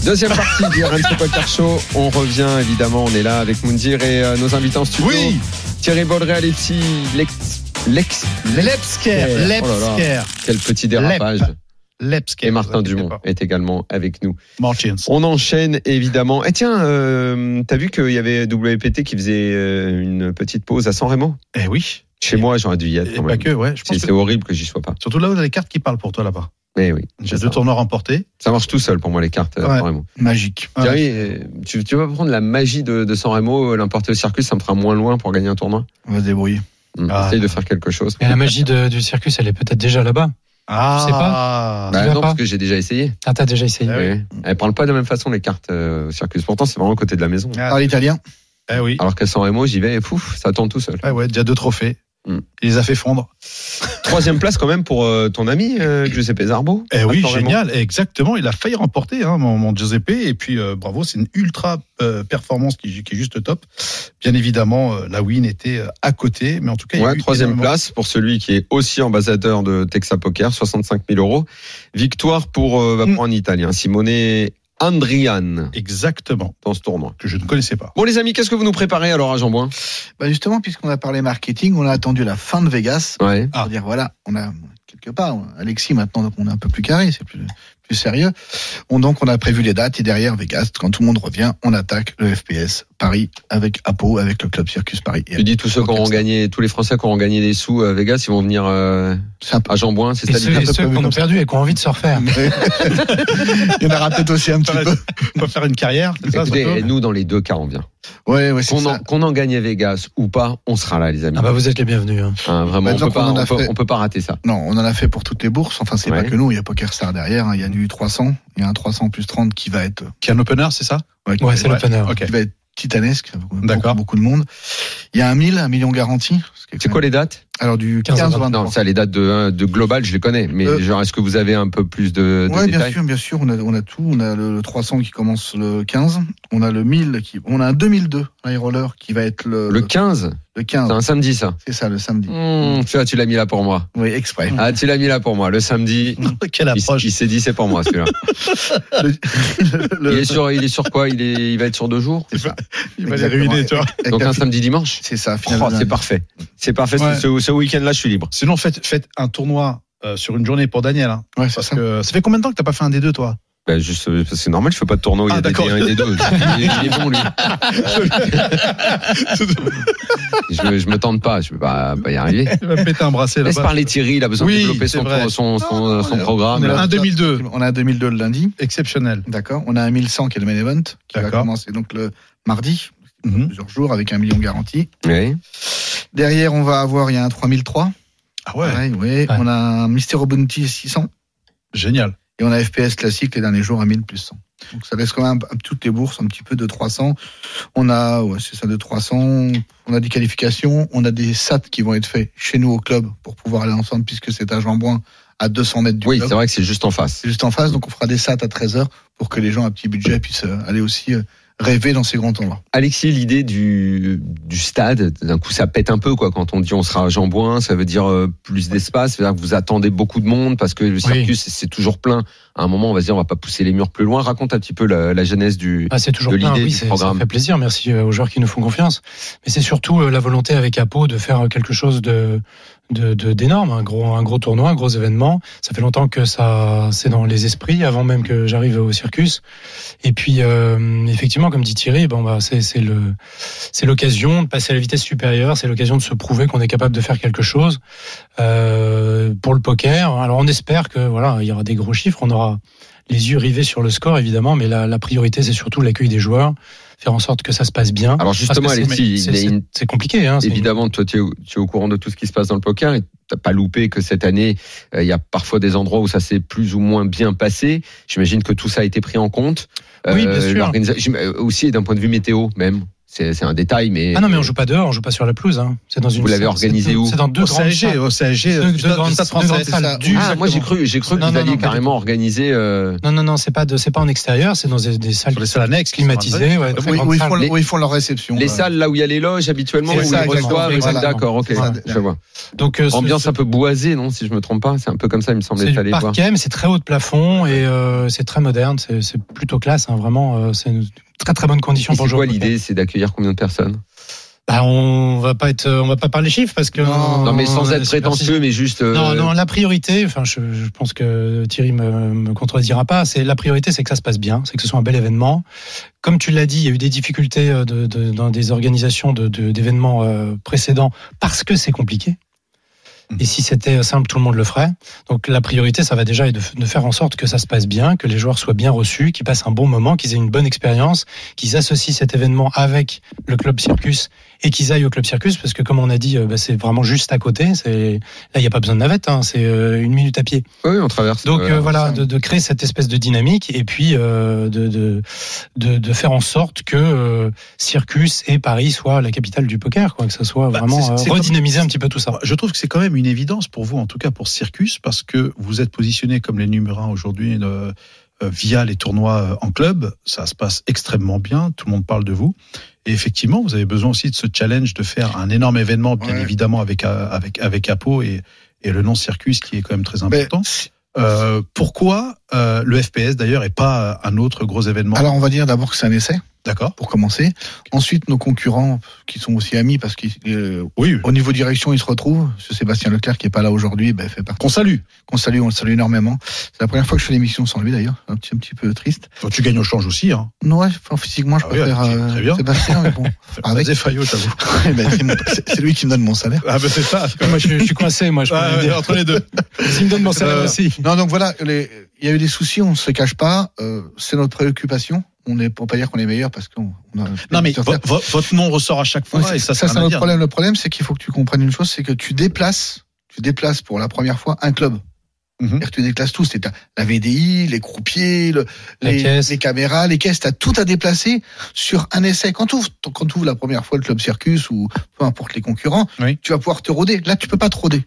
Deuxième partie du RMC Poker Show. On revient évidemment, on est là avec Moundir et euh, nos invités en studio. Oui. Thierry Baudré, Alexis, Lex, Lex, Lepsker, Oh là là. Lepsker, quel petit dérapage. Lep. Lepsker. Et Martin vous inquiétez Dumont pas. est également avec nous. Martins. On enchaîne évidemment. Et tiens, euh, t'as vu qu'il y avait WPT qui faisait euh, une petite pause à San Remo Eh oui. Chez moi, j'aurais dû y être. Et quand pas même. que, ouais. Je C'est pense c'est que horrible que j'y sois pas. surtout là où t'as les cartes qui parlent pour toi là-bas. Mais oui. J'ai c'est deux ça. tournois remportés. Ça marche tout seul pour moi les cartes. euh, Ouais. San Remo. Magique. Ouais. Thierry, euh, tu, tu vas prendre la magie de, de San Remo, euh, l'importer au circus, ça me fera moins loin pour gagner un tournoi. On va se débrouiller. Mmh, Ah. Essaye de faire quelque chose. Mais la magie de- du circus, elle est peut-être déjà là-bas. Ah. sais pas. Bah tu vas non, pas parce que j'ai déjà essayé. Ah, t'as déjà essayé. Ah oui. Ouais. Elles parlent pas de la même façon les cartes euh, au circus. Pourtant, c'est vraiment à côté de la maison. Ah. Parle italien. Eh oui. Alors qu'à San Remo, j'y vais et pouf, ça tourne tout seul. Ah ouais, déjà deux trophées. Hmm. Il les a fait fondre. Troisième place quand même pour euh, ton ami euh, Giuseppe Zarbo. Eh oui, San Remo. génial. Exactement. Il a failli remporter, hein, mon, mon Giuseppe. Et puis, euh, bravo, c'est une ultra euh, performance qui, qui est juste top. Bien évidemment, euh, la win était euh, à côté. Mais en tout cas, il y a Ouais, eu troisième énormément- place pour celui qui est aussi ambassadeur de Texas Poker, 65 000 euros. Victoire pour, euh, va Mm. prendre un Italien, Simone Andrian, Exactement. dans ce tournoi. Que je ne connaissais pas. Bon les amis, qu'est-ce que vous nous préparez alors à Jean-Boin Bah justement, puisqu'on a parlé marketing, on a attendu la fin de Vegas Ouais. Ah. pour dire voilà, on a quelque part on a Alexis maintenant, donc on est un peu plus carré, c'est plus, plus sérieux. On, donc on a prévu les dates et derrière Vegas, quand tout le monde revient, on attaque le FPS Paris avec Apo, avec le club Circus Paris. Et Tu dis tous ceux qui auront gagné, tous les Français qui auront gagné des sous à Vegas, ils vont venir euh, C'est un peu- à Jean-Boin, c'est Et ça ceux, l'idée et ceux prévu qu'on a comme perdu et qui ont envie de se refaire. Il y en aura peut-être aussi un petit peu. On peut faire une carrière, c'est ça Écoutez, euh, surtout nous dans les deux cas on vient. Ouais, ouais, c'est Qu'on en, ça. qu'on en gagne à Vegas ou pas, on sera là, les amis. Ah bah vous êtes les bienvenus. hein. Hein, vraiment, on Maintenant peut, pas, bah, qu'on en a on peut- fait- on peut pas rater ça. Non, on en a fait pour toutes les bourses. Enfin, c'est Ouais. pas que nous. Il y a PokerStar derrière. hein. Il y a du 300. Il y a un 300 plus 30 qui va être, Qui est un opener, c'est ça ouais, qui Ouais, va- c'est l'opener. Ah. Ok. qui va être titanesque. D'accord. D'accord. Beaucoup, beaucoup de monde. Il y a un 1000, un million garanti. ce qui est C'est quand quoi les dates même- Alors, du 15 15 au 23. Non, ça, les dates de, hein, de global, je les connais. Mais Euh, genre, est-ce que vous avez un peu plus de, de Ouais, bien détails sûr, bien sûr, on a, on a tout. On a le, le 300 qui commence le 15. On a le 1000 qui, on a un 2002 high roller qui va être le, Le 15, le c'est 15. un samedi, ça. C'est ça, le samedi. Hmm, tu vois, tu l'as mis là pour moi. Oui, exprès. Ah, tu l'as mis là pour moi. Le Mm. samedi, Quelle il, il s'est dit, c'est pour moi, celui-là. Le- le- Il est sur, il est sur quoi il, est, il va être sur deux jours c'est ça. Il va les ruiner, tu vois. Donc Avec un la- samedi dimanche C'est ça, finalement. Oh, C'est parfait. C'est parfait. Ouais. Ce, ce week-end-là, je suis libre. Sinon, faites, faites un tournoi euh, sur une journée pour Daniel. hein. Ouais, c'est parce ça. que ça fait combien de temps que t'as pas fait un des deux, toi Ben, juste, euh, parce que c'est normal, je fais pas de tournoi. où Il y Ah, a des d'accord. D1 et des 2. Il est- il est bon, lui. Je, je me tente pas. Je peux pas, pas y arriver. Il va péter un bracelet Laisse là-bas. parler Thierry. Il a besoin Oui, de développer son, c'est vrai. son, son, Non, son on est- programme. on est là. Un 2002, On a un 2002 le lundi. exceptionnel. D'accord. On a un 1100 qui est le main event qui va D'accord. commencer donc le mardi. Mhm. Plusieurs jours avec un million garanti. Oui. Derrière, on va avoir, il y a un 3003. Ah ouais, Pareil, ouais. On a un Mysterio Bounty 600. génial. Et on a FPS classique les derniers jours à 1000 plus 100. Donc ça laisse quand même un- toutes les bourses un petit peu de 300. On a, ouais, c'est ça, de 300. On a des qualifications. On a des sats qui vont être faits chez nous au club pour pouvoir aller ensemble puisque c'est à Jean-Boin à 200 mètres du Oui, club. c'est vrai que c'est juste en face. C'est juste en face. Donc on fera des sats à 13h pour que les gens à petit budget puissent euh, aller aussi euh, rêver dans ces grands temps-là. Alexis, l'idée du, du stade, d'un coup, ça pète un peu, quoi. Quand on dit on sera à Jambouin, ça veut dire euh, plus d'espace. C'est-à-dire que vous attendez beaucoup de monde parce que le circuit, c'est- c'est toujours plein. À un moment, on va se dire, on va pas pousser les murs plus loin. Raconte un petit peu la, la genèse du. Ah, c'est toujours de plein, l'idée oui, du c'est- ça programme. fait plaisir. Merci euh, aux joueurs qui nous font confiance. Mais c'est surtout euh, la volonté avec Apo de faire euh, quelque chose de de- de- d'énorme, un gros, un gros tournoi, un gros événement. Ça fait longtemps que ça, c'est dans les esprits, avant même que j'arrive au circus. Et puis, euh, effectivement, comme dit Thierry, bon bah c'est c'est le, c'est l'occasion de passer à la vitesse supérieure, c'est l'occasion de se prouver qu'on est capable de faire quelque chose euh, pour le poker. Alors on espère que voilà, il y aura des gros chiffres, on aura les yeux rivés sur le score évidemment, mais la, la priorité c'est surtout l'accueil des joueurs, faire en sorte que ça se passe bien. Alors, Ah, Parce que Ah, justement, c'est- Alexis, c'est- il y a c'est- une c'est compliqué. Hein, c'est une- Évidemment, toi, tu es, au- tu es au courant de tout ce qui se passe dans le poker et t'as pas loupé que cette année, euh, il y a parfois des endroits où ça s'est plus ou moins bien passé. J'imagine que tout ça a été pris en compte. Oui, bien sûr. l'organisa- j'im- euh, Aussi d'un point de vue météo, même. C'est c'est un détail, mais. Ah non, mais on joue pas dehors, on joue pas sur la pelouse. Hein. C'est dans une. Vous l'avez c'est- organisé c'est- où C'est dans deux Au grandes CAG, salles. au CAG, Deux- euh, deux stade- grandes- stade deux français, grandes c'est salles, ça. du- Ah, moi, j'ai cru, j'ai cru que Non, vous non, alliez non, pas du carrément organiser. euh, Non, non, non, c'est pas, de- c'est pas en extérieur, c'est dans des, des salles, Sur les salles annexes, climatisées, ouais, très Où, grandes où ils salles. font, Les- où ils font leur réception. Les euh. voilà. salles là où il y a les loges habituellement, C'est où ça, ils exactement, reçoivent, exactement. d'accord, ok, C'est ça. je vois. Donc, euh, ce- Ambiance un peu boisée, non, si je me trompe pas, c'est un peu comme ça, il me semblait. C'est t'allais du voir. parquet, mais c'est très haut de plafond et euh, c'est très moderne. C'est c'est plutôt classe, hein, vraiment. euh, c'est une très très bonne condition Et pour C'est jouer. quoi au poker. l'idée, c'est d'accueillir combien de personnes bah, On va pas être, euh, on va pas parler chiffres parce que Non, Non, mais sans on est être prétentieux, mais juste. euh, Non, non, la priorité, enfin, je, je pense que Thierry me, me contredira pas, c'est la priorité, c'est que ça se passe bien, c'est que ce soit un bel événement. Comme tu l'as dit, il y a eu des difficultés euh, de- de- dans des organisations de- de- d'événements euh, précédents parce que c'est compliqué. Et si c'était simple, tout le monde le ferait. Donc la priorité, ça va déjà être de, f- de faire en sorte que ça se passe bien, que les joueurs soient bien reçus, qu'ils passent un bon moment, qu'ils aient une bonne expérience, qu'ils associent cet événement avec le club circus et qu'ils aillent au club circus parce que comme on a dit, euh, bah, c'est vraiment juste à côté. C'est Là, il n'y a pas besoin de navette, hein, c'est euh, une minute à pied. Oui, on traverse. Donc euh, euh, voilà, ça. de, de créer cette espèce de dynamique et puis euh, de, de, de, de faire en sorte que euh, Circus et Paris soient la capitale du poker, quoi, que ça soit Bah, vraiment c'est- euh, c'est comme- redynamiser un petit peu tout ça. Je trouve que c'est quand même une évidence pour vous, en tout cas pour Circus, parce que vous êtes positionné comme les numéros 1 aujourd'hui euh, euh, via les tournois euh, en club. Ça se passe extrêmement bien, tout le monde parle de vous. Et effectivement, vous avez besoin aussi de ce challenge de faire un énorme événement, bien Ouais. évidemment avec, euh, avec, avec Apo et, et le nom Circus qui est quand même très Mais- important. Euh, pourquoi euh, le FPS d'ailleurs et pas euh, un autre gros événement Alors on va dire d'abord que c'est un essai D'accord pour commencer. Ensuite nos concurrents qui sont aussi amis parce qu'au Oui, niveau direction ils se retrouvent. Monsieur Sébastien Leclerc qui est pas là aujourd'hui, ben, fait partie. qu'on salue. Qu'on salue, on le salue énormément. C'est la première fois que je fais l'émission sans lui d'ailleurs, un petit un petit peu triste. Bon, tu gagnes au change aussi. Hein. Non ouais, enfin, physiquement je Ah oui, préfère euh, ok, très bien. Sébastien mais bon. Avec- Avec... Faillot, j'avoue. Eh ben, c'est mon- c'est c'est lui qui me donne mon salaire. Ah ben c'est ça. Moi, je, je suis coincé, moi, je peux Ah, le ouais, dire. entre les deux. S'il me donne mon salaire Euh, aussi. Non, donc voilà, les- il y a eu des soucis, on ne se le cache pas. euh, c'est notre préoccupation. on ne peut pas dire qu'on est meilleur parce qu'on on a. Non, mais sur vo- Terre. vo- votre nom ressort à chaque fois. Ouais, et c'est- ça, ça, ça, c'est un notre problème. Le problème, c'est qu'il faut que tu comprennes une chose, c'est que tu déplaces, tu déplaces pour la première fois un club. Mhm. C'est-à-dire que Tu déplaces tous, t'as la VDI, les croupiers, le- La les, caisse. les caméras, les caisses, t'as tout à déplacer sur un essai. Quand tu ouvres, quand t'ouvres la première fois le club Circus ou peu importe les concurrents, Oui. tu vas pouvoir te roder. Là, tu peux pas te roder.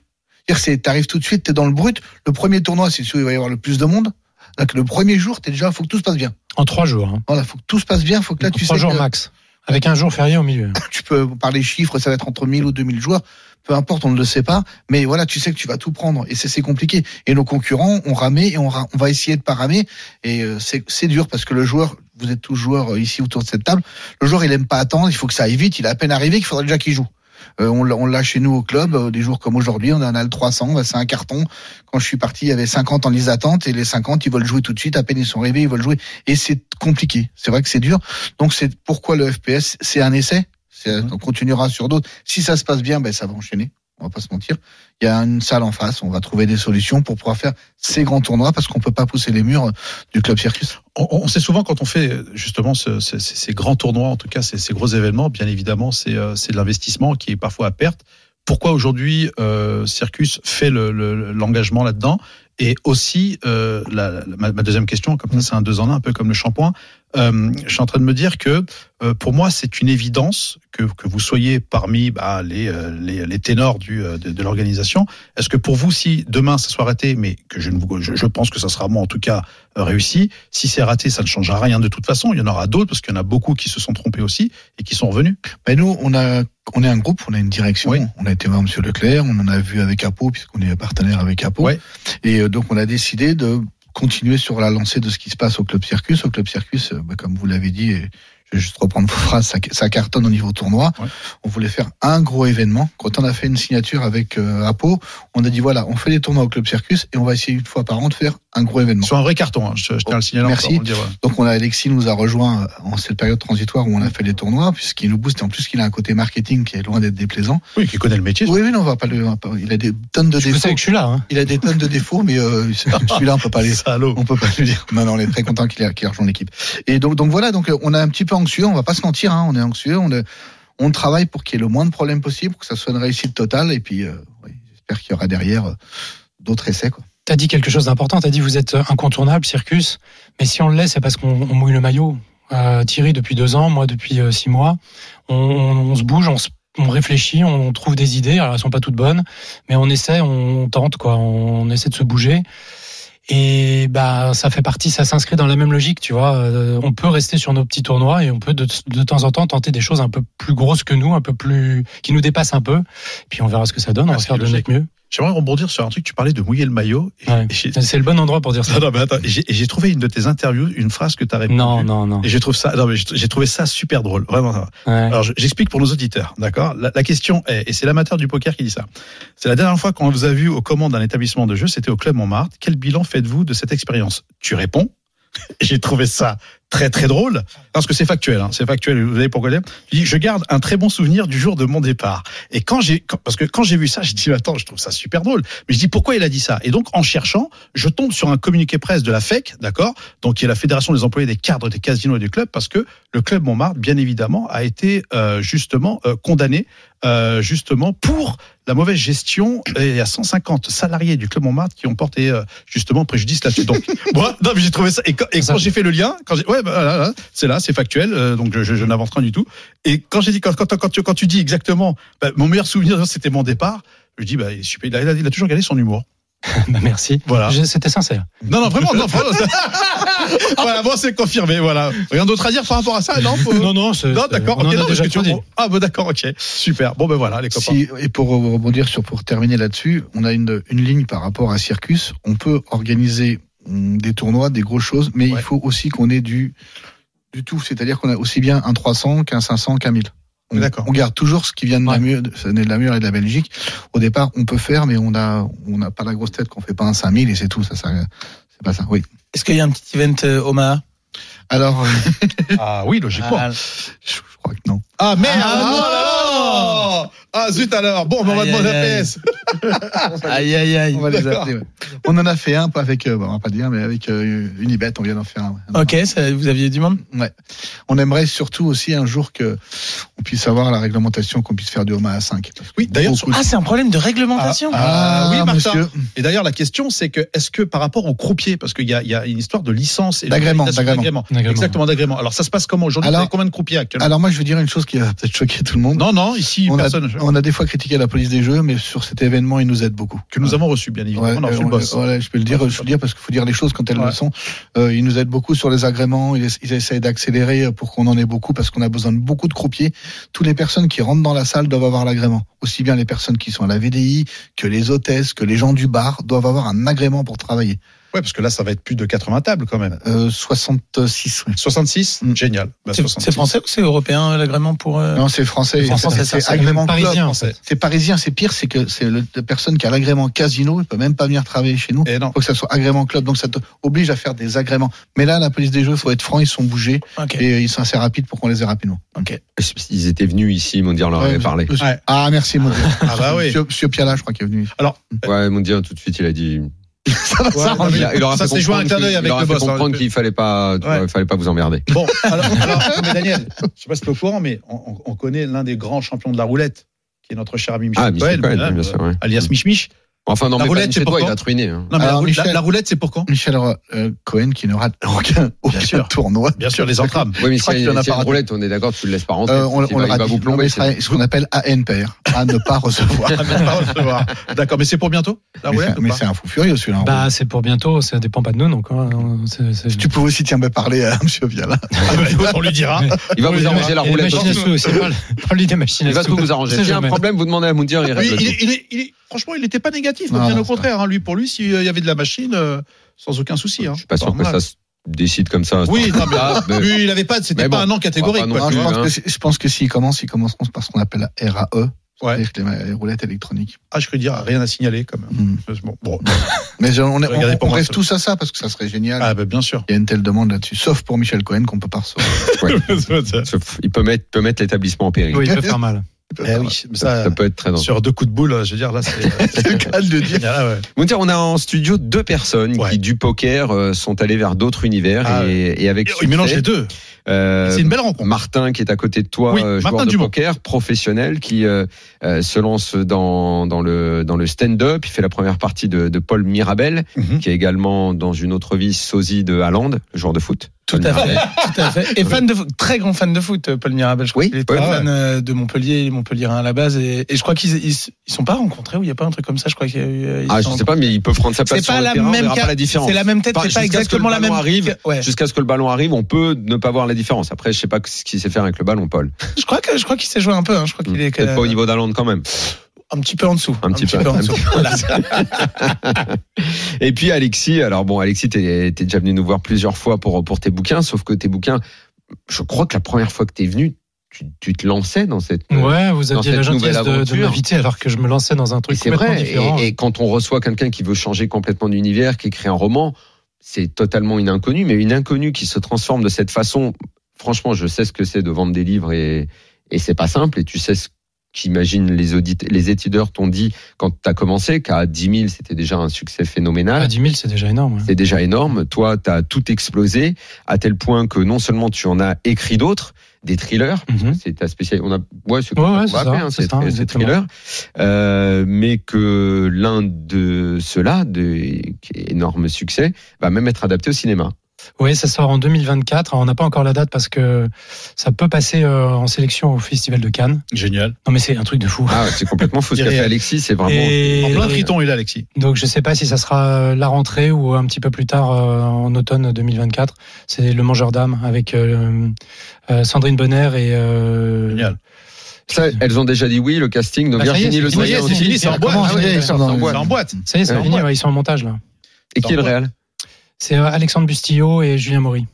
C'est-à-dire, c'est- t'arrives tout de suite, t'es dans le brut. Le premier tournoi, c'est celui où il va y avoir le plus de monde. Donc, le premier jour, t'es déjà, faut que tout se passe bien. En trois jours. hein. Voilà, faut que tout se passe bien, faut que là, En tu euh, trois sais jours que- max. Avec un jour férié au milieu. tu peux parler chiffres, ça va être entre 1000 ou 2000 joueurs, peu importe, on ne le sait pas, mais voilà, tu sais que tu vas tout prendre et c'est c'est compliqué. Et nos concurrents ont ramé et on, ra- on va essayer de pas ramer et euh, c'est c'est dur parce que le joueur, vous êtes tous joueurs euh, ici autour de cette table, le joueur il aime pas attendre, il faut que ça aille vite, il est à peine arrivé qu'il faudrait déjà qu'il joue. Euh, on l'a- on l'a chez nous au club, euh, des jours comme aujourd'hui, on en a le 300, bah, c'est un carton. Quand je suis parti, il y avait 50 en liste d'attente et les 50, ils veulent jouer tout de suite, à peine ils sont arrivés, ils veulent jouer. Et c'est compliqué, c'est vrai que c'est dur. Donc c'est pourquoi le FPS, c'est un essai, c'est- On continuera sur d'autres. Si ça se passe bien, ben, ça va enchaîner. On va pas se mentir. Il y a une salle en face. On va trouver des solutions pour pouvoir faire ces grands tournois parce qu'on peut pas pousser les murs euh, du club circus. On, on sait souvent quand on fait euh, justement ce- ce- ces, ces grands tournois, en tout cas ces, ces gros événements, bien évidemment, c'est euh, c'est de l'investissement qui est parfois à perte. Pourquoi aujourd'hui euh, Circus fait le- le- l'engagement là-dedans Et aussi, euh, la- la- ma, ma deuxième question, comme ça c'est un deux en un, un peu comme le shampoing, euh, je suis en train de me dire que euh, pour moi c'est une évidence que, que vous soyez parmi bah, les, euh, les, les ténors du, euh, de, de l'organisation. Est-ce que pour vous, si demain ça soit raté, mais que je, ne vous, je, je pense que ça sera moi en tout cas euh, réussi, si c'est raté, ça ne changera rien de toute façon. Il y en aura d'autres parce qu'il y en a beaucoup qui se sont trompés aussi et qui sont revenus. Ben, nous, on a, on est un groupe, on a une direction. Oui. On a été voir Monsieur Leclerc. On en a vu avec Apo puisqu'on est partenaire avec Apo. Ouais. Et euh, donc, on a décidé de continuer sur la lancée de ce qui se passe au club circus. Au club circus, euh, ben, comme vous l'avez dit, et je vais juste reprendre vos phrases, ça, ça cartonne au niveau tournoi. Ouais. On voulait faire un gros événement. Quand on a fait une signature avec euh, Apo, on a dit voilà, on fait des tournois au club circus et on va essayer une fois par an de faire un gros événement. Sur un vrai carton, hein. je, je tiens à le signaler. Merci. encore, on le dit, ouais. Donc on a Alexis nous a rejoint euh, en cette période transitoire où on a fait les tournois puisqu'il nous booste et en plus qu'il a un côté marketing qui est loin d'être déplaisant. Oui, qui connaît le métier. Oui oui, non, on va pas le on va pas- il a des tonnes de Je défauts. sais que je suis là. hein. Il a des tonnes de défauts mais euh, celui-là on peut pas les Salaud. on peut pas le dire. Non, non, on est très content qu'il ait, qu'il ait rejoint l'équipe. Et donc, donc voilà, donc euh, on est un petit peu anxieux, on va pas se mentir, hein, on est anxieux, on, est- on travaille pour qu'il y ait le moins de problèmes possible, que ça soit une réussite totale, et puis euh, oui, j'espère qu'il y aura derrière euh, d'autres essais. Quoi. T'as dit quelque chose d'important. T'as dit vous êtes incontournable, Circus. Mais si on le laisse, c'est parce qu'on on mouille le maillot. Euh, Thierry depuis deux ans, moi depuis euh, six mois. On, on- on se bouge, on, se- on réfléchit, on trouve des idées. Alors elles sont pas toutes bonnes, mais on essaie, on, tente quoi. On, essaie de se bouger. Et bah ça fait partie, ça s'inscrit dans la même logique, tu vois. Euh, on peut rester sur nos petits tournois et on peut de, de temps en temps tenter des choses un peu plus grosses que nous, un peu plus qui nous dépassent un peu. Puis on verra ce que ça donne. Ah, on va c'est faire de logique. notre mieux. J'aimerais rebondir sur un truc. Tu parlais de mouiller le maillot. Et, Ouais. et j'ai- C'est le bon endroit pour dire ça. Non, non, mais attends, et j'ai et j'ai trouvé une de tes interviews, une phrase que tu as répondue. Non, non, non. Et je trouve ça, non, mais j'ai j'ai trouvé ça super drôle, vraiment. ça. Ouais. Alors, je- j'explique pour nos auditeurs, d'accord la, la question est, et c'est l'amateur du poker qui dit ça. C'est la dernière fois qu'on vous a vu aux commandes d'un établissement de jeu, c'était au Club Montmartre. Quel bilan faites-vous de cette expérience Tu réponds. J'ai trouvé ça très très drôle parce que c'est factuel, hein, c'est factuel. Vous savez pourquoi je l'aime Tu dis, Je garde un très bon souvenir du jour de mon départ. Et quand j'ai, quand- parce que quand j'ai vu ça, j'ai dit attends, je trouve ça super drôle. Mais je dis pourquoi il a dit ça Et donc en cherchant, je tombe sur un communiqué presse de la FEC, d'accord Donc qui est la Fédération des employés des cadres des casinos et du club, parce que le club Montmartre, bien évidemment, a été euh, justement euh, condamné euh, justement pour la mauvaise gestion. Et il y a 150 salariés du club Montmartre qui ont porté euh, justement préjudice là-dessus. Donc, moi, non, mais j'ai trouvé ça. Et quand, et Ça- quand j'ai fait le lien, quand j'ai, ouais, bah, là, là, c'est là, c'est factuel. euh, donc, je, je, je n'avance rien du tout. Et quand j'ai dit, quand, quand, quand, tu, quand tu dis exactement, bah, mon meilleur souvenir, c'était mon départ. Je dis, bah, il est super, il, a, il a- il a toujours gardé son humour. Bah, merci. Voilà. Je- C'était sincère. Non, non, vraiment, non, vraiment. c'est- voilà, bon, c'est confirmé, voilà. Rien d'autre à dire par rapport à ça, non faut- Non, non, c'est- Non, d'accord, Euh, on ok, en non, a parce déjà que tu- tout dit. Ah, bon, d'accord, ok, super. Bon, ben voilà, les copains. Si- et pour rebondir sur, pour terminer là-dessus, on a une, une ligne par rapport à Circus. On peut organiser hum, des tournois, des grosses choses, mais Ouais. il faut aussi qu'on ait du, du tout. C'est-à-dire qu'on a aussi bien un 300 qu'un 500 qu'un 1000. On, D'accord. on garde toujours ce qui vient de Ouais. Namur, de- ça venait de Namur et de la Belgique. Au départ, on peut faire, mais on a, on n'a pas la grosse tête qu'on fait pas un 5000 et c'est tout. Ça, ça, c'est pas ça. Oui. Est-ce qu'il y a un petit event euh, Omaha Alors, Ah oui, logiquement. Ah, je, je crois que non. Ah merde Ah, Ah, zut alors Bon, on va Aïe, demander aïe, à aïe. PS. Aïe, aïe, aïe. On va les appeler, ouais. On en a fait un, pas avec, euh, bon, on va pas dire, mais avec euh, Unibet, on vient d'en faire un. ouais. Ok, ça- vous aviez du monde Ouais. On aimerait surtout aussi un jour que on puisse avoir la réglementation qu'on puisse faire du Omaha à 5. Oui, d'ailleurs, sur- Beaucoup de- Ah, c'est un problème de réglementation. Ah, oui, Martin. monsieur. Et d'ailleurs, la question, c'est que est-ce que par rapport aux croupiers, parce qu'il y, a- il y a une histoire de licence et de D'agrément, validation d'agrément. D'agrément. Exactement, d'agrément. Alors, ça se passe comment aujourd'hui Alors- Vous avez combien de croupiers actuellement Alors moi, je veux dire une chose qui va peut-être choquer tout le monde. Non, non, ici, on, a, personne. on a des fois critiqué la police des jeux, mais sur cet événement, ils nous aident beaucoup. Que nous avons reçu, bien évidemment. Ouais, on a reçu euh, le boss. ouais, ouais, je peux le dire, Ouais, je peux le dire parce qu'il faut dire les choses quand elles Ouais. le sont. Euh, ils nous aident beaucoup sur les agréments, ils, ess- ils essayent d'accélérer pour qu'on en ait beaucoup parce qu'on a besoin de beaucoup de croupiers. Toutes les personnes qui rentrent dans la salle doivent avoir l'agrément. Aussi bien les personnes qui sont à la VDI que les hôtesses, que les gens du bar doivent avoir un agrément pour travailler. Ouais, parce que là, ça va être plus de 80 tables quand même. Euh, 66, oui. 66 Mm. Génial. Bah, C'est 66. Ah. c'est français ou c'est européen l'agrément pour. euh, Non, c'est français. C'est français, c'est- c'est ça, c'est c'est même agrément club. parisien, en français. fait. C'est parisien, c'est pire, c'est que c'est le- la personne qui a l'agrément casino, elle peut même pas venir travailler chez nous. Eh non. faut que ça soit agrément club, donc ça t'oblige à faire des agréments. Mais là, la police des jeux, faut être franc, ils sont bougés Ok. et euh, ils sont assez rapides pour qu'on les ait rapidement. Ok. Ils étaient venus ici, ils m'ont dit, on leur avait parlé. Ouais. Ah merci mon Dieu. Ah, bah oui. Monsieur, monsieur Piala, je crois qu'il est venu. Ouais, ils m'ont dit tout de suite, il a dit. Ouais, non, mais Il a- il aura ça fait s'est joué un comprendre clin d'œil qu'il- avec il aura le fait boss. hein. comprendre qu'il fallait pas, tu Ouais. vois, il fallait pas vous emmerder. Bon, alors, alors, mais Daniel, je sais pas si tu es au courant, mais on, on- on connaît l'un des grands champions de la roulette, qui est notre cher ami Michel Ah, Michel Cohen, voilà, bien sûr, ouais. alias Mich Mich. Enfin, non, La mais roulette, pas c'est chez toi, pour il quand a truiné. hein. Non, mais Alors, la, roule- Michel- la- la roulette, c'est pour quand Michel euh, Cohen qui ne rate aucun, aucun sûr. tournoi. Bien sûr, les entrames. Oui, mais Je crois s'il y qu'il a en a s'il y a pas une raté. roulette, on est d'accord, tu le laisses pas rentrer. Euh, on il va- on le il va radie. vous Non, mais plomber. ce sera- ce qu'on appelle ANPR, à ne pas recevoir. Ah, mais pas recevoir. D'accord, mais c'est pour bientôt la Mais c'est- roulette ou mais Ah pas c'est un fou furieux celui-là. en gros. Bah, c'est pour bientôt, ça dépend pas de nous, donc. hein, c'est- c'est- tu pouvais aussi tiens bah, parler à Monsieur Piala. Ah, bah, écoute, On lui dira. Il va Et vous la- arranger la et les roulette. machines à sous aussi, parle- parle-lui des machines à Il va sous. tout vous arranger. C'est S'il y a un jamais. problème, vous demandez à Moundir, il Oui, règle il tout. est- il est- il est- franchement, il n'était pas négatif. Non, bien non, au c'est contraire, hein. lui, pour lui, s'il euh, y avait de la machine, euh, sans aucun souci. hein. Je suis pas sûr que ça Normal. se décide comme ça. Oui, non, mais, Ah, mais- lui, il avait pas, c'était Mais pas bon, un an catégorique. on va quoi, pas Non, non plus, tu je, vois. pense hein. que, si- je pense que s'ils commencent, ils commenceront par ce qu'on appelle la RAE, Ouais. c'est-à-dire que les, les roulettes électroniques. Ah, je peux dire, rien à signaler quand même. Mm. Bon, bon. Mais je- on, est- Regardez on- pour on moi, rêve ça. tous à ça parce que ça serait génial. Ah, bah, bien sûr. Il y a une telle demande là-dessus, sauf pour Michel Cohen qu'on peut pas recevoir. Il peut mettre, peut mettre l'établissement en péril. Oui, il peut faire mal. Eh oui, mais ça, Ça peut être très dangereux. sur deux coups de boule, je veux dire, là, c'est. C'est le cas de le dire. Ah, ouais. Vous dire, on a en studio deux personnes Ouais. qui, du poker, euh, sont allées vers d'autres univers Ah, et, et avec. Il mélange succès. les deux. Euh, C'est une belle rencontre. Martin qui est à côté de toi, Oui, euh, joueur Martin de Dumont. poker professionnel, qui euh, euh, se lance dans, dans le, dans le stand-up. Il fait la première partie de, de Paul Mirabel, Mhm. qui est également dans une autre vie sosie de Haaland, le joueur de foot. Ah, Tout Paul à Mirabel. fait, tout à fait. Et fan de foot, très grand fan de foot, euh, Paul Mirabel. Je crois Oui, qu'il est ouais, très ouais. fan euh, de Montpellier, il est Montpellierin à la base. Et, et je crois qu'ils ils, ils sont pas rencontrés ou il n'y a pas un truc comme ça. Je crois qu'il y a eu. euh, ils Ah, sont je sais pas, mais il peut prendre sa place C'est sur pas le la terrain, on même verra pas ca- la différence. C'est la même tête, Pas- c'est pas jusqu'à ce que le exactement la ballon même. arrive. Ouais. Jusqu'à ce que le ballon arrive, on peut ne pas voir la différence. Après, je sais pas ce qu'il sait faire avec le ballon, Paul. Je crois que je crois qu'il s'est joué un peu. hein. Je crois qu'il est Peut-être pas au niveau d'Haaland quand même. un petit peu en dessous. Un petit peu, en un dessous. petit Et puis Alexis, alors bon, Alexis, t'es t'es déjà venu nous voir plusieurs fois pour, pour tes bouquins, sauf que tes bouquins, je crois que la première fois que t'es venu, tu, tu te lançais dans cette. Ouais, vous Dans aviez la cette nouvelle gentillesse de- de, aventure. m'inviter alors que je me lançais dans un Et truc c'est complètement vrai. différent. Et, et quand on reçoit quelqu'un qui veut changer complètement d'univers, qui écrit un roman, c'est totalement une inconnue, mais une inconnue qui se transforme de cette façon. Franchement, je sais ce que c'est de vendre des livres et, et c'est pas simple. Et tu sais ce qu'imagine les audite- les étudieurs t'ont dit quand t'as commencé, qu'à 10 000, c'était déjà un succès phénoménal. Ah, 10 000, c'est déjà énorme. ouais. C'est déjà énorme. Toi, tu as tout explosé à tel point que non seulement tu en as écrit d'autres, des thrillers. Mhm. C'est ta spécialité. On a, ouais, c'est Ouais, comme ouais, ça qu'on va c'est ça, appeler, hein, c'est c'est ça, c'est exactement. thriller. Euh, mais que l'un de ceux-là, de qui est énorme succès, va même être adapté au cinéma. Oui, ça sort en 2024. On n'a pas encore la date parce que ça peut passer euh, en sélection au Festival de Cannes. Génial. Non, mais c'est un truc de fou. Ah, c'est complètement fou ce qu'a fait Irréel. Alexis. C'est vraiment. Et- Ah En plein triton, il est, Alexis. Donc je sais pas si ça sera euh, la rentrée ou un petit peu plus tard euh, en automne 2024. C'est Le Mangeur d'âme avec euh, euh, Sandrine Bonner et euh, Génial. Ça, elles ont déjà dit oui, le casting. Donc Bah, ça y est, Virginie c'est Le fini, Sayah c'est aussi. fini, c'est en boîte. boîte. Ah ouais, C'est c'est en en boîte. boîte. Ça y est, c'est Ouais. fini, ouais, ils sont en montage là. Et qui est le réel C'est euh, Alexandre Bustillo et Julien Maury.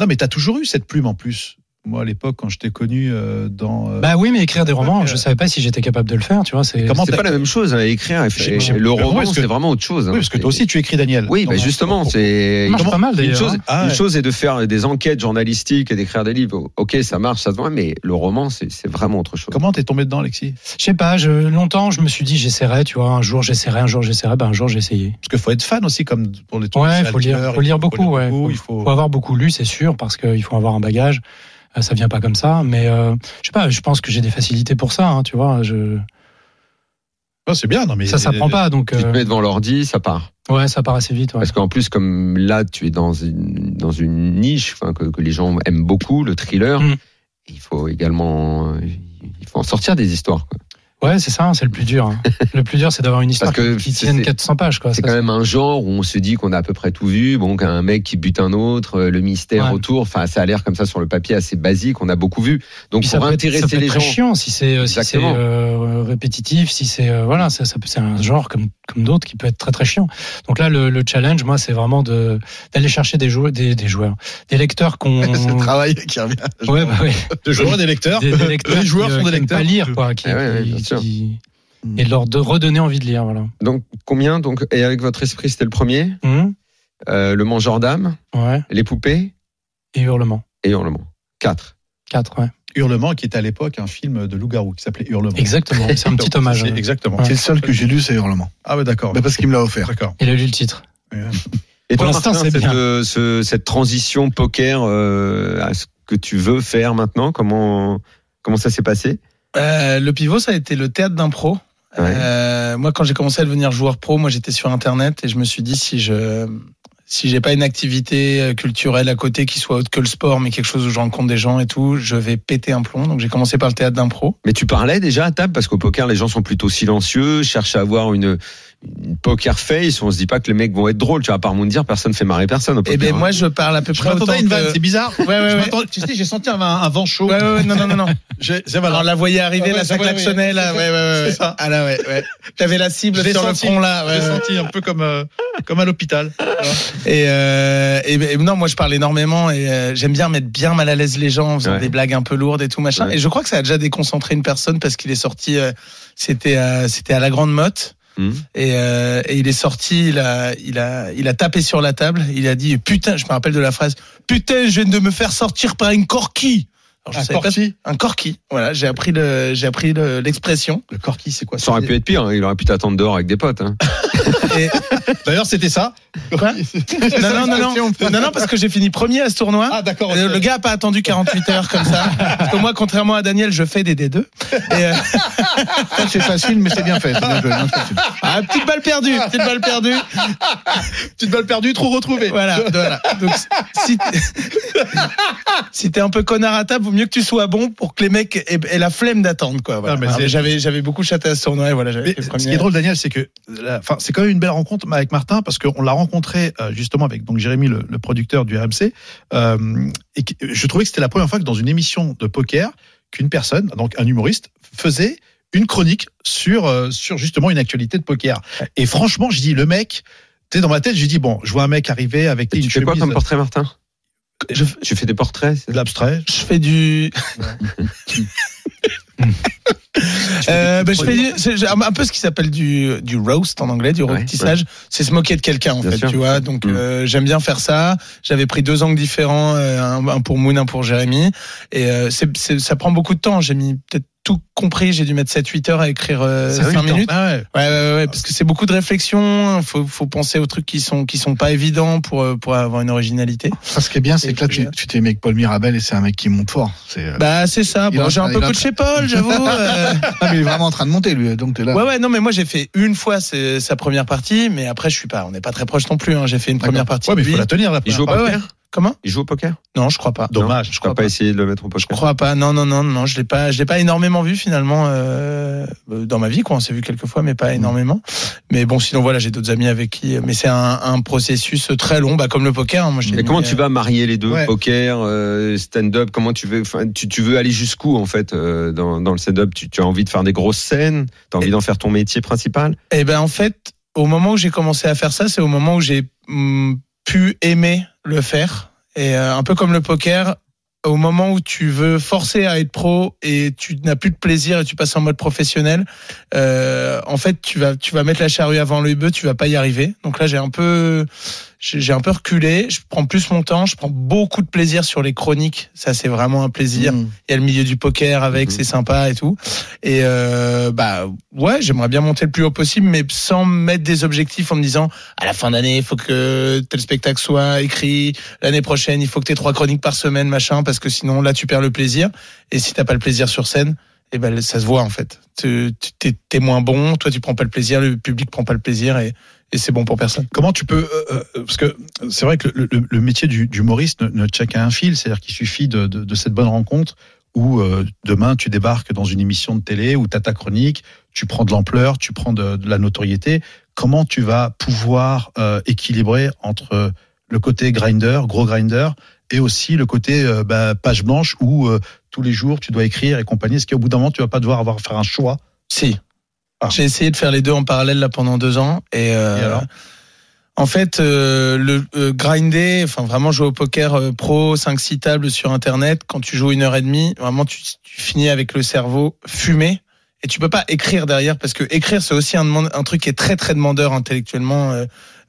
Non, mais t'as toujours eu cette plume en plus. Moi, à l'époque, quand je t'ai connu euh, dans. euh, Bah oui, mais écrire des romans, euh, je savais pas si j'étais capable de le faire, tu vois. C'est Comment c'est- C'est pas la même chose à écrire. et- Chez- et chez- le roman, parce que- c'est vraiment autre chose. hein. oui, parce que toi aussi, tu écris Daniel. Oui, Dans- mais justement, c'est. Ça marche pas mal Une d'ailleurs. chose, hein. Ah une ouais. chose est de faire des enquêtes journalistiques et d'écrire des livres. Ok, ça marche, ça se voit, mais le roman, c'est c'est vraiment autre chose. Comment t'es tombé dedans, Alexis Je sais pas, je, longtemps je me suis dit j'essaierai, tu vois, un jour j'essaierai, un jour j'essaierai, ben un jour j'ai essayé. Parce qu'il faut être fan aussi, comme pour les Ouais, c'est faut lire- Alter, faut lire beaucoup, ouais. il faut. Faut avoir beaucoup lu, c'est sûr, parce qu'il faut avoir un bagage. Euh, Ça vient pas comme ça, mais euh, je sais pas, je pense que j'ai des facilités pour ça, hein, tu vois. Je... Ouais, c'est bien, non mais Ça s'apprend pas, donc Tu te euh, mets devant l'ordi, ça part. ouais, ça part assez vite. ouais. Parce qu'en plus, comme là, tu es dans une, dans une niche enfin, que, que les gens aiment beaucoup, le thriller, Mm. il faut également euh, il faut en sortir des histoires. quoi. Ouais, c'est ça, hein, c'est le plus dur. hein. le plus dur, c'est d'avoir une histoire Parce que qui c'est- tienne c'est- 400 pages, quoi. C'est Ça, quand même un genre où on se dit qu'on a à peu près tout vu, bon, qu'un mec qui bute un autre, euh, le mystère Ouais. autour, enfin, ça a l'air comme ça sur le papier assez basique, on a beaucoup vu. Donc, Puis ça pour peut, être, ça peut intéresser être les très gens. chiant si c'est euh, si c'est, Exactement. euh, répétitif, si c'est euh, voilà, ça, ça peut- c'est un genre comme comme d'autres qui peut être très très chiant. Donc là, le, le challenge, moi, c'est vraiment de d'aller chercher des joueurs, des, des joueurs, des lecteurs qu'on C'est le travail qui revient. ouais, bah ouais. de joueurs, des lecteurs. Des, des lecteurs Les joueurs qui, euh, sont des qui aiment lecteurs. Pas lire quoi, qui, Eh ouais, ouais, bien qui- sûr. Mm. qui- et de leur de redonner envie de lire, voilà. Donc, combien donc, Et avec votre esprit, c'était le premier Hum, euh, Le mangeur d'âme, ouais. les poupées Et hurlement. et hurlement. Quatre. Quatre, ouais. Hurlement, qui était à l'époque un film de loup-garou qui s'appelait Hurlement. Exactement. C'est un Donc, petit hommage. c'est- hein. Exactement. Ouais. Bah, C'est le seul que j'ai lu, c'est Hurlement. Ah ouais, d'accord. Mais parce qu'il me l'a offert. D'accord. Il a lu le titre. Et Pour toi, l'instant, Martin, c'est cette, bien. euh, ce- cette transition poker euh, à ce que tu veux faire maintenant, comment, comment ça s'est passé Euh, le pivot, ça a été le théâtre d'impro. Ouais. Euh, moi, quand j'ai commencé à devenir joueur pro, moi, j'étais sur Internet et je me suis dit si je si j'ai pas une activité euh, culturelle à côté qui soit autre que le sport, mais quelque chose où je rencontre des gens et tout, je vais péter un plomb. Donc, j'ai commencé par le théâtre d'impro. Mais tu parlais déjà à table parce qu'au poker, les gens sont plutôt silencieux, cherchent à avoir une, une poker face. On se dit pas que les mecs vont être drôles. Tu vas pas me dire, personne fait marrer personne au Eh poker. Et ben hein. moi, je parle à peu Je près autant m'attendais à une que- vanne, c'est bizarre. Ouais, ouais, Je ouais. m'attendais- Tu sais, j'ai senti un, un vent chaud. Ouais, ouais, ouais, non, non, non, non. J'ai- j'ai- voilà. Alors, la voyait arriver, Ah ouais, là, je ça vois, klaxonnait, oui. là. Ouais, ouais, ouais. C'est ouais. ça. Ah, là, ouais, ouais. T'avais la cible Je l'ai sur senti. le front, là. J'ai Ouais, ouais. senti un peu comme, euh, comme à l'hôpital. Et, euh, et, et non, moi je parle énormément et euh, j'aime bien mettre bien mal à l'aise les gens en faisant Ouais. des blagues un peu lourdes et tout machin. Ouais. Et je crois que ça a déjà déconcentré une personne parce qu'il est sorti, euh, c'était euh, c'était à la grande motte. Mhm. Et, euh, et il est sorti, il a, il a, il a tapé sur la table. Il a dit putain, je me rappelle de la phrase putain, je viens de me faire sortir par une corki. Alors, je Un savais pas- corki un corki. Voilà, j'ai appris le, j'ai appris le- l'expression. Le corki, c'est quoi ça aurait pu être pire. hein. Il aurait pu t'attendre dehors avec des potes. hein. Et- D'ailleurs, c'était ça. Quoi non, non, non, non, non, non, parce que j'ai fini premier à ce tournoi. Ah, d'accord. Euh, ok. Le gars a pas attendu 48 heures comme ça. Parce que moi, contrairement à Daniel, je fais des D2. Et euh, Ça, c'est facile, mais c'est bien fait. C'est bien joué, hein, c'est facile. ah, petite balle perdue, petite balle perdue. Petite balle perdue, trop retrouvée. Voilà, voilà. Donc, si si t'es un peu connard à table, vaut mieux que tu sois bon pour que les mecs aient, aient la flemme d'attendre, quoi. Voilà. Ah, mais Ah, c'est- mais J'avais j'avais beaucoup chaté à ce tournoi. et Voilà, j'avais Mais fait ce premier. qui est drôle, Daniel, c'est que, la- enfin, c'est quand même une belle rencontre avec Martin parce qu'on l'a rencontré euh, justement avec donc Jérémy, le, le producteur du RMC, euh, et qui- je trouvais que c'était la première fois que dans une émission de poker, qu'une personne, donc un humoriste, faisait une chronique sur euh, sur justement une actualité de poker. Et franchement, je dis le mec. Tu sais, dans ma tête, j'ai dit, bon, je vois un mec arriver avec Et une tu fais quoi chemise comme portrait, Martin Je- Tu fais des portraits c'est de l'abstrait. Je fais du. Euh, ben, je fais du- c'est- j'ai un un peu ce qui s'appelle du, du roast en anglais, du Ouais, rôtissage. C'est se moquer de quelqu'un en Bien fait, sûr. tu vois. Donc Mm. euh, j'aime bien faire ça. J'avais pris deux angles différents, euh, un, un pour Moon, un pour Jérémy. Et euh, c'est- c'est- ça prend beaucoup de temps. J'ai mis peut-être tout compris. J'ai dû mettre 7-8 heures à écrire euh, C'est 5 putain. minutes. Ah ouais. Ouais, ouais, ouais, ouais, parce que c'est beaucoup de réflexion. Faut, faut penser aux trucs qui sont qui sont pas évidents pour euh, pour avoir une originalité. Ça, ce qui est bien, c'est que là, tu tu t'es aimé avec Paul Mirabel et c'est un mec qui monte fort. C'est, euh, Bah c'est ça. Il Bon, va- j'ai un il peu va- coaché Paul, j'avoue. euh, Ah, mais il est vraiment en train de monter, lui. Donc, t'es là. Ouais, ouais, non, mais moi j'ai fait une fois c'est- sa première partie, mais après je suis pas, on n'est pas très proche non plus. Hein. J'ai fait une première partie. Ouais, mais il de faut lui. la tenir, la Il joue au première poker ouais, Comment Il joue au poker Non, je crois pas. Dommage, Non, je T'as crois pas essayé de le mettre au poker Je crois pas. Non, non, non, non, je l'ai pas, je l'ai pas énormément vu finalement euh, dans ma vie. Quoi, on s'est vu quelques fois, mais pas énormément. Mais bon, sinon voilà, j'ai d'autres amis avec qui. euh, Mais c'est un, un processus très long, bah comme le poker. hein. Moi, je t'ai Et dit, comment euh, tu vas marier les deux Ouais. Poker, euh, stand-up, comment tu veux enfin, tu, tu veux aller jusqu'où en fait euh, dans, dans le stand-up tu, tu as envie de faire des grosses scènes Tu as envie d'en faire ton métier principal Eh ben en fait, au moment où j'ai commencé à faire ça, c'est au mm, moment où j'ai hum, pu aimer le faire. Et euh, un peu comme le poker, au moment où tu veux forcer à être pro et tu n'as plus de plaisir et tu passes en mode professionnel, euh, en fait, tu vas, tu vas mettre la charrue avant le bœuf, tu vas pas y arriver. Donc là, j'ai un peu, j'ai j'ai un peu reculé. Je prends plus mon temps, je prends beaucoup de plaisir sur les chroniques. Ça, c'est vraiment un plaisir. Mmh. Il y a le milieu du poker avec, Mhm. c'est sympa et tout. Et euh, bah ouais, j'aimerais bien monter le plus haut possible, mais sans mettre des objectifs en me disant à la fin d'année, il faut que tel spectacle soit écrit. L'année prochaine, il faut que t'aies trois chroniques par semaine, machin, parce que sinon là, tu perds le plaisir. Et si t'as pas le plaisir sur scène, eh ben ça se voit en fait. Tu tu- t'es t'es moins bon, toi tu prends pas le plaisir, le public prend pas le plaisir et, et c'est bon pour personne. Comment tu peux euh, euh, parce que c'est vrai que le, le- le métier du, d'humoriste ne, ne tient qu'à un fil, c'est-à-dire qu'il suffit de, de- de cette bonne rencontre où euh, demain tu débarques dans une émission de télé où tu as ta chronique, tu prends de l'ampleur, tu prends de, de la notoriété. Comment tu vas pouvoir euh, équilibrer entre le côté grinder, gros grinder, et aussi le côté euh, bah, page blanche où euh, tous les jours tu dois écrire et compagnie. Est-ce qu'au bout d'un moment tu vas pas devoir avoir faire un choix Si. Ah. J'ai essayé de faire les deux en parallèle là pendant deux ans et, euh, Et alors en fait euh, le euh, grinder, enfin vraiment jouer au poker euh, pro, 5-6 tables sur internet, quand tu joues une heure et demie, vraiment tu, tu finis avec le cerveau fumé et tu peux pas écrire derrière parce que écrire c'est aussi un, demande- un truc qui est très très demandeur intellectuellement. euh,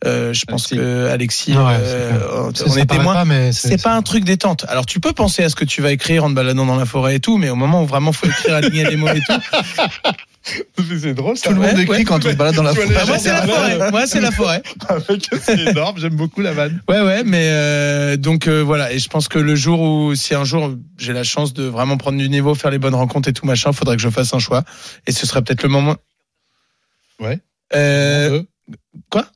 euh, je pense Alexis. que Alexis, Ah Ouais, euh, c'est clair. on Ça est paraît témoin. pas, mais C'est pas un truc détente. Alors tu peux penser à ce que tu vas écrire en te baladant dans la forêt et tout, mais au moment où vraiment faut écrire, aligner les mots et tout. C'est drôle, Tout le monde écrit quand on se balade dans la Ah, Ah, moi c'est la forêt. Moi c'est la forêt. C'est énorme, j'aime beaucoup la vanne. Ouais ouais, mais euh, donc euh, voilà. Et je pense que le jour où si un jour j'ai la chance de vraiment prendre du niveau, faire les bonnes rencontres et tout machin, faudrait que je fasse un choix. Et ce serait peut-être le moment. Ouais. Euh,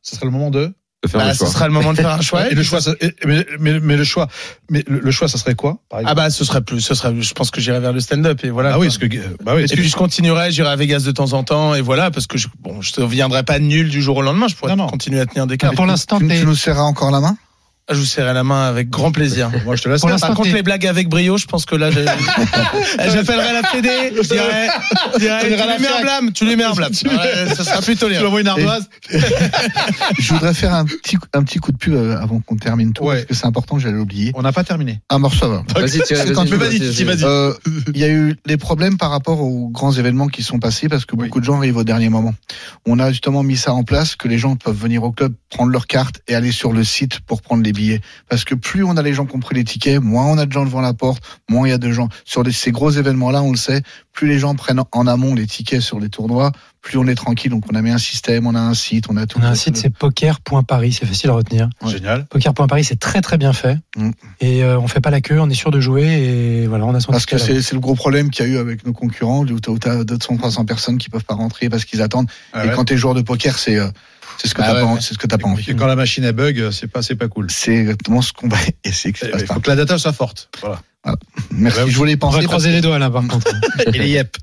Ce serait le moment de de faire bah, le ce choix. sera le moment de faire un choix. et le choix, ça- et- mais, mais- mais le choix, mais le, le choix, ça serait quoi par Ah exemple bah ce serait plus, ce serait. Je pense que j'irai vers le stand-up et voilà. Ah oui, parce que euh, bah oui. Et puis je continuerai, j'irai à Vegas de temps en temps, et voilà, parce que je, bon, je ne viendrai pas nul du jour au lendemain, je pourrais Non, Ah, non. continuer à tenir des cartes. Ah, Pour l'instant, Tu, t'es- tu nous serras encore la main Je vous serrai la main avec grand plaisir. moi je te laisse. Pour l'instant, Par contre, t'es- les blagues avec brio, je pense que là, j'ai- j'appellerai la PD, je dirais, je dirais, tu dirais la lui mets un fac. blâme, tu lui mets un blâme. Ouais, Ce sera plus toléré. envoies une ardoise. Je voudrais faire un petit, un petit coup de pub euh, avant qu'on termine tout, Ouais. parce que c'est important, j'allais l'oublier. On n'a pas terminé. Un morceau avant. Vas-y, Thierry, C'est quand tu vas-y, veux, vas-y, vas-y, vas-y. vas-y. Euh, Il y a eu les problèmes par rapport aux grands événements qui sont passés parce que beaucoup de gens arrivent au dernier moment. On a justement mis ça en place que les gens peuvent venir au club, prendre leur carte et aller sur le site pour prendre les billets. Parce que plus on a les gens qui ont pris les tickets, moins on a de gens devant la porte, moins il y a de gens. Sur les- ces gros événements-là, on le sait, plus les gens prennent en amont les tickets sur les tournois, plus on est tranquille. Donc on a mis un système, on a un site, on a tout. On a un site, c'est poker.paris, c'est facile à retenir. Ouais. Génial. Poker.paris, c'est très très bien fait. Mm. Et euh, on fait pas la queue, on est sûr de jouer et voilà, on a son Parce que ticket à la- c'est c'est le gros problème qu'il y a eu avec nos concurrents, où t'as- où t'as 200, 300 personnes qui peuvent pas rentrer parce qu'ils attendent. Ah et ouais. quand t'es joueur de poker, c'est euh, c'est ce que Ah t'as ouais, pas, en- ouais. c'est ce que t'as pas envie. Et quand la machine elle bug, c'est pas c'est pas cool. C'est exactement ce qu'on va essayer que ça se Eh, passe ben, Il pas. faut que la data soit forte. Voilà. Merci. Ouais, je voulais y On penser. va croiser les doigts là par contre. Et les yep.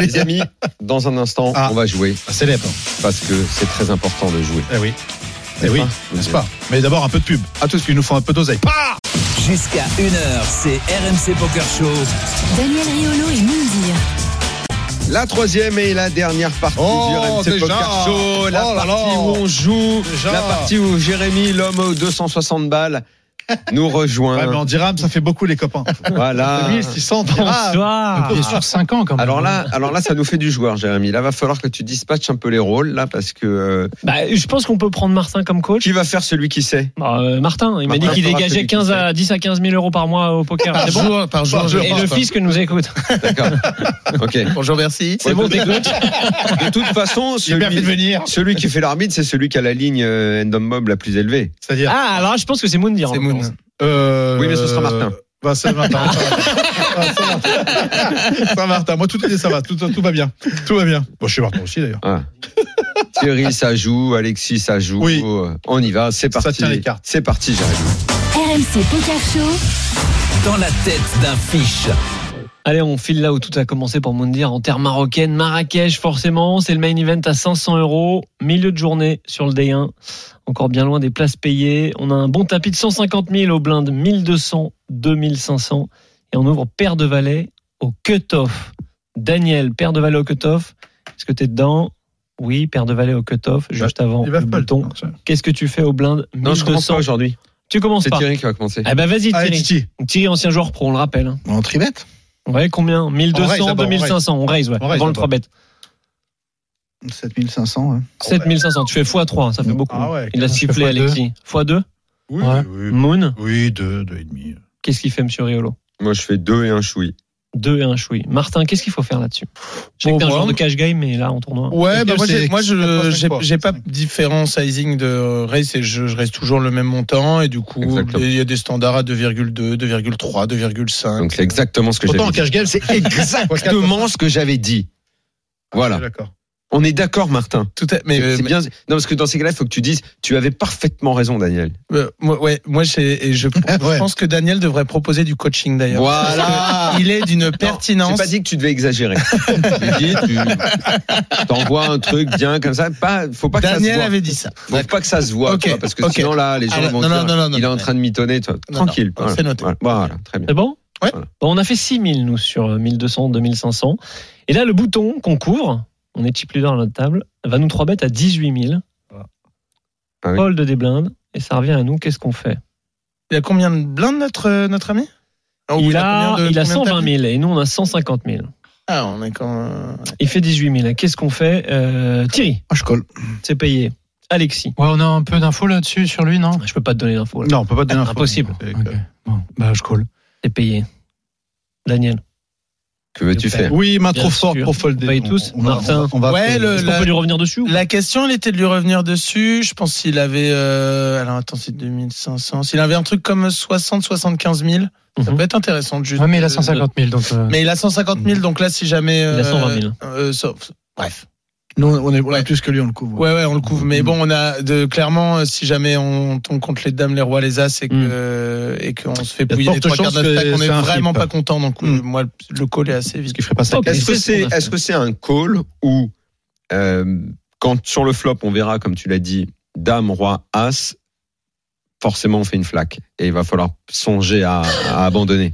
Les amis, dans un instant, Ah. on va jouer Ah, C'est l'yep. parce que c'est très important de jouer. Eh oui. Eh oui, n'est-ce pas Mais d'abord un peu de pub. À tous, qu'ils nous font un peu d'oseille. Jusqu'à 1h, c'est RMC Poker Show. Daniel Riolo et Moundir. La troisième et la dernière partie Oh, du RMC déjà. Poker Show, la Oh là partie là. où on joue, Déjà. la partie où Jérémy, l'homme aux 260 balles, nous Ouais, mais rejoint. en dirham, ça fait beaucoup les copains. Ah, voilà. 1600 dirhams. Bonsoir. Et sur 5 ans Ah quand même. Alors là, alors là, ça nous fait du joueur, Jérémy. Là, va falloir que tu dispatches un peu les rôles, là, parce que euh, Bah, je pense qu'on peut prendre Martin comme coach. qui va faire celui qui sait Euh, Martin, il m'a dit Martin qu'il fera dégageait celui qui 15 à 10 à 15 000 euros par mois au poker. Par Ah, C'est bon jour, par jour, je Et le fils que nous écoute. D'accord. Ok. Bonjour, merci. C'est bon, t'es coach. De toute façon, J'ai bien fait de celui, venir. celui qui fait l'arbitre, c'est celui qui a la ligne euh, end mob la plus élevée. C'est-à-dire. Ah, alors je pense que c'est Moon dire. C'est Moon. Euh, Oui, mais ce sera Martin. Bah, c'est Martin. Ah, Saint-Martin. Saint-Martin. Moi, tout est ça va. Tout, tout va bien. Tout va bien. Bon, je suis Martin aussi, d'ailleurs. Ah. Thierry, ça joue. Alexis, ça joue. Oui. Euh, On y va. C'est Ça parti. tient les cartes. C'est parti, Jérémy. RMC Poker Show. Dans la tête d'un fiche. Allez, on file là où tout a commencé pour Moundir en terre marocaine. Marrakech, forcément, c'est le main event à 500 euros. Milieu de journée sur le D1. Encore bien loin des places payées. On a un bon tapis de 150 000 au blind, 1200, 2500. Et on ouvre Père de Valais au cut-off. Daniel, Père de Valais au cut-off. Est-ce que t'es dedans Oui, Père de Valais au cut-off, juste avant Ils va Ah, le pas le bouton. temps. hein. Qu'est-ce que tu fais au blind Non, je commence pas 1200. aujourd'hui. Tu commences C'est par. Thierry qui va commencer. Ah bah vas-y Allez, Thierry. Titi, Donc, Thierry, ancien joueur pro, on le rappelle. hein. En tribet Ouais, combien On raise 1200, d'abord, on 2500. On raise, ouais. On raise Avant le d'abord. 3 bêtes. 7500. ouais. 7500. Tu fais x3, ça fait beaucoup. Ah ouais, Il a je fais sifflé fois deux. Alexis. x2. oui, Ouais. oui, Moon. oui, deux, deux et demi. Qu'est-ce qu'il fait, monsieur Riolo Moi, je fais deux et un chouï. 2 et 1 chouï. Martin, qu'est-ce qu'il faut faire là-dessus Je sais Bon, que t'es un moi, joueur de cash game, mais là, on tournoi. Ouais, bah moi, c'est j'ai- moi, je 85 j'ai- fois. j'ai pas différent sizing de race et je, je reste toujours le même montant et du coup Exactement. il y a des standards à 2,2, 2,3, 2,5. Donc, c'est exactement ce que Autant en j'avais dit. cash game, c'est C'est exactement ce que j'avais dit. Ah, Voilà. D'accord. On est d'accord, Martin. Tout à- mais, euh, C'est mais- bien. Non, parce que dans ces cas-là, il faut que tu dises, tu avais parfaitement raison, Daniel. euh, moi, ouais, moi j'ai- et je, Eh, je pense que Daniel devrait proposer du coaching d'ailleurs. Voilà. Il est d'une J'ai pertinence. pas dit que tu devais exagérer. J'ai dit, tu t'envoies un truc bien comme ça. Pas, faut pas que Daniel ça se voit. avait dit ça. Faut pas que ça se voit, Ok, tu vois, parce que ok. sinon là, les gens Alors, vont non, dire, non, non, non, il est non. en train de mitonner. toi. Non, Tranquille. non, c'est noté. Voilà, voilà, très bien. C'est bon Ouais. Voilà. Bon, on a fait 6000, nous, sur euh, 1200, 2500. Et là, le bouton qu'on couvre, on est chip leader à notre table, va nous 3 bêtes à 18 000. Ah oui. Paul de des blindes. Et ça revient à nous, qu'est-ce qu'on fait Euh, Il a combien de blindes notre euh, notre ami Oh, Il a, combien de- il combien a de 120 tapis 000 et nous, on a 150 000. Ah, on est quand même- Il fait 18 000. Qu'est-ce qu'on fait Euh, Thierry, Ah, je colle. c'est payé. Alexis, Ouais, on a un peu d'infos là-dessus sur lui, non je peux pas te donner d'infos. là. Non, on peut pas te donner l'info. Impossible. Avec, Ok. euh, Bon, bah je colle. C'est payé. Daniel, Euh, Que veux-tu Bien faire Oui, main Bien trop sûr. forte pour folder. On paye tous. va- Martin. on va- on va- Ouais, le- est-ce qu'on la- peut lui revenir dessus ou- La question, elle était de lui revenir dessus. Je pense qu'il avait. euh, Alors, attends, c'est 2500. S'il avait un truc comme 60, 75 000, ça Mhm. peut être intéressant. de Juste Ouais, mais il a de- 150 000, donc. euh, de- Mais il a 150 000, donc là, si jamais. a 120 000. euh, sauf- Bref. Nous, on est on est plus que lui, on le couvre. Ouais, ouais, on le couvre. Mais bon, on a de, clairement, euh, si jamais on tombe contre les dames, les rois, les as, et que euh, Mhm. et qu'on se y fait a de bouiller les fortes trois quarts chances d'attaque, que on est c'est un vraiment flip. pas content. Donc, euh, moi, le call est assez vite. Hmm. Qui ferait pas ça. Ok. Est-ce que c'est ce c'est qu'on a fait. est-ce que c'est un call ou euh, quand sur le flop on verra comme tu l'as dit dame roi as forcément on fait une flaque et il va falloir songer à, à abandonner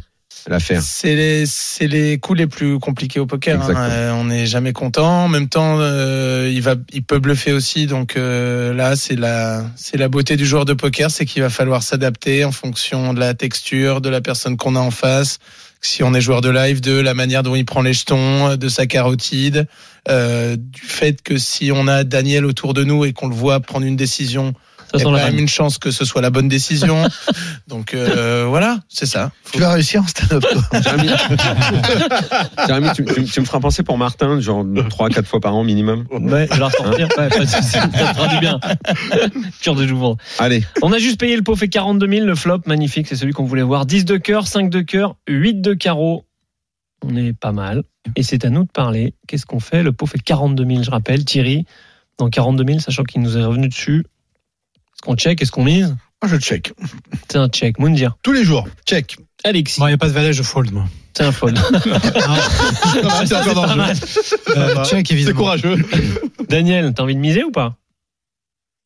l'affaire. C'est les, c'est les coups les plus compliqués au poker. hein. Exactement. Euh, on n'est jamais content. En même temps, euh, il va, il peut bluffer aussi. Donc euh, là, c'est la, c'est la beauté du joueur de poker, c'est qu'il va falloir s'adapter en fonction de la texture, de la personne qu'on a en face. Si on est joueur de live, de la manière dont il prend les jetons, de sa carotide, euh, du fait que si on a Daniel autour de nous et qu'on le voit prendre une décision, Ça il y a sent quand la même vanne. une chance que ce soit la bonne décision. donc euh, voilà, c'est ça. Tu vas réussir en stand-up. toi. Jérémy, Jérémy, tu, tu- tu me feras penser pour Martin genre trois quatre fois par an minimum. Ouais, je vais la ressortir. Ouais, pas de soucis, ça te fera du bien. Cœur de jouvence. Allez On a juste payé le pot fait 42 000, le flop, magnifique, c'est celui qu'on voulait voir. 10 de cœur, 5 de cœur, 8 de carreau. On est pas mal. Et c'est à nous de parler. Qu'est-ce qu'on fait Le pot fait 42 000, je rappelle. Thierry, dans 42 000, sachant qu'il nous est revenu dessus. Est-ce qu'on check Est-ce qu'on mise Moi, je check. C'est un check. Moundir. Tous les jours. Check. Alexis, Bon, il n'y a pas de valet, je fold, moi. Ah, c'est un fold. C'est encore Pas dangereux. mal. Euh, bah, check, C'est évidemment. courageux. Daniel, t'as envie de miser ou pas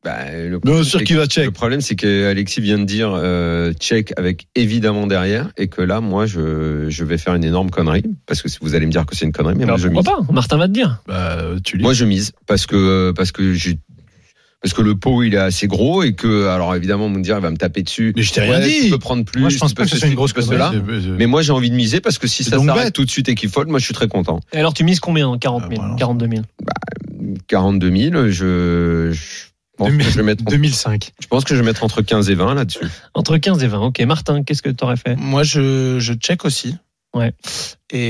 Bah, le Bien problème, sûr c'est qu'il va que- le check. problème, c'est que Alexis vient de dire euh, check avec évidemment derrière et que là, moi, je, je vais faire une énorme connerie parce que vous allez me dire que c'est une connerie, mais moi, Alors, je Pourquoi mise. pas hein. Martin va te dire. Bah, tu lis. Moi, je mise parce que parce que j'ai parce que le pot il est assez gros et que alors évidemment Moundir il va me taper dessus. Mais je t'ai rien Ouais, tu dit. peux prendre plus. Moi, je pense tu pas peux que ce ceci, soit une grosse tu peux connerie. cela. Mais moi j'ai envie de miser parce que si C'est ça donc s'arrête bête. tout de suite et qu'il fold, moi je suis très content. Et alors, tu mises combien en 40 Ah, 000 voilà. 42 000. 42 000, je, je pense que 2000, je vais mettre 2005. je pense que je vais mettre entre 15 et 20 là-dessus. Entre 15 et 20. Ok, Martin, qu'est-ce que t'aurais fait Moi, je, je check aussi. Ouais.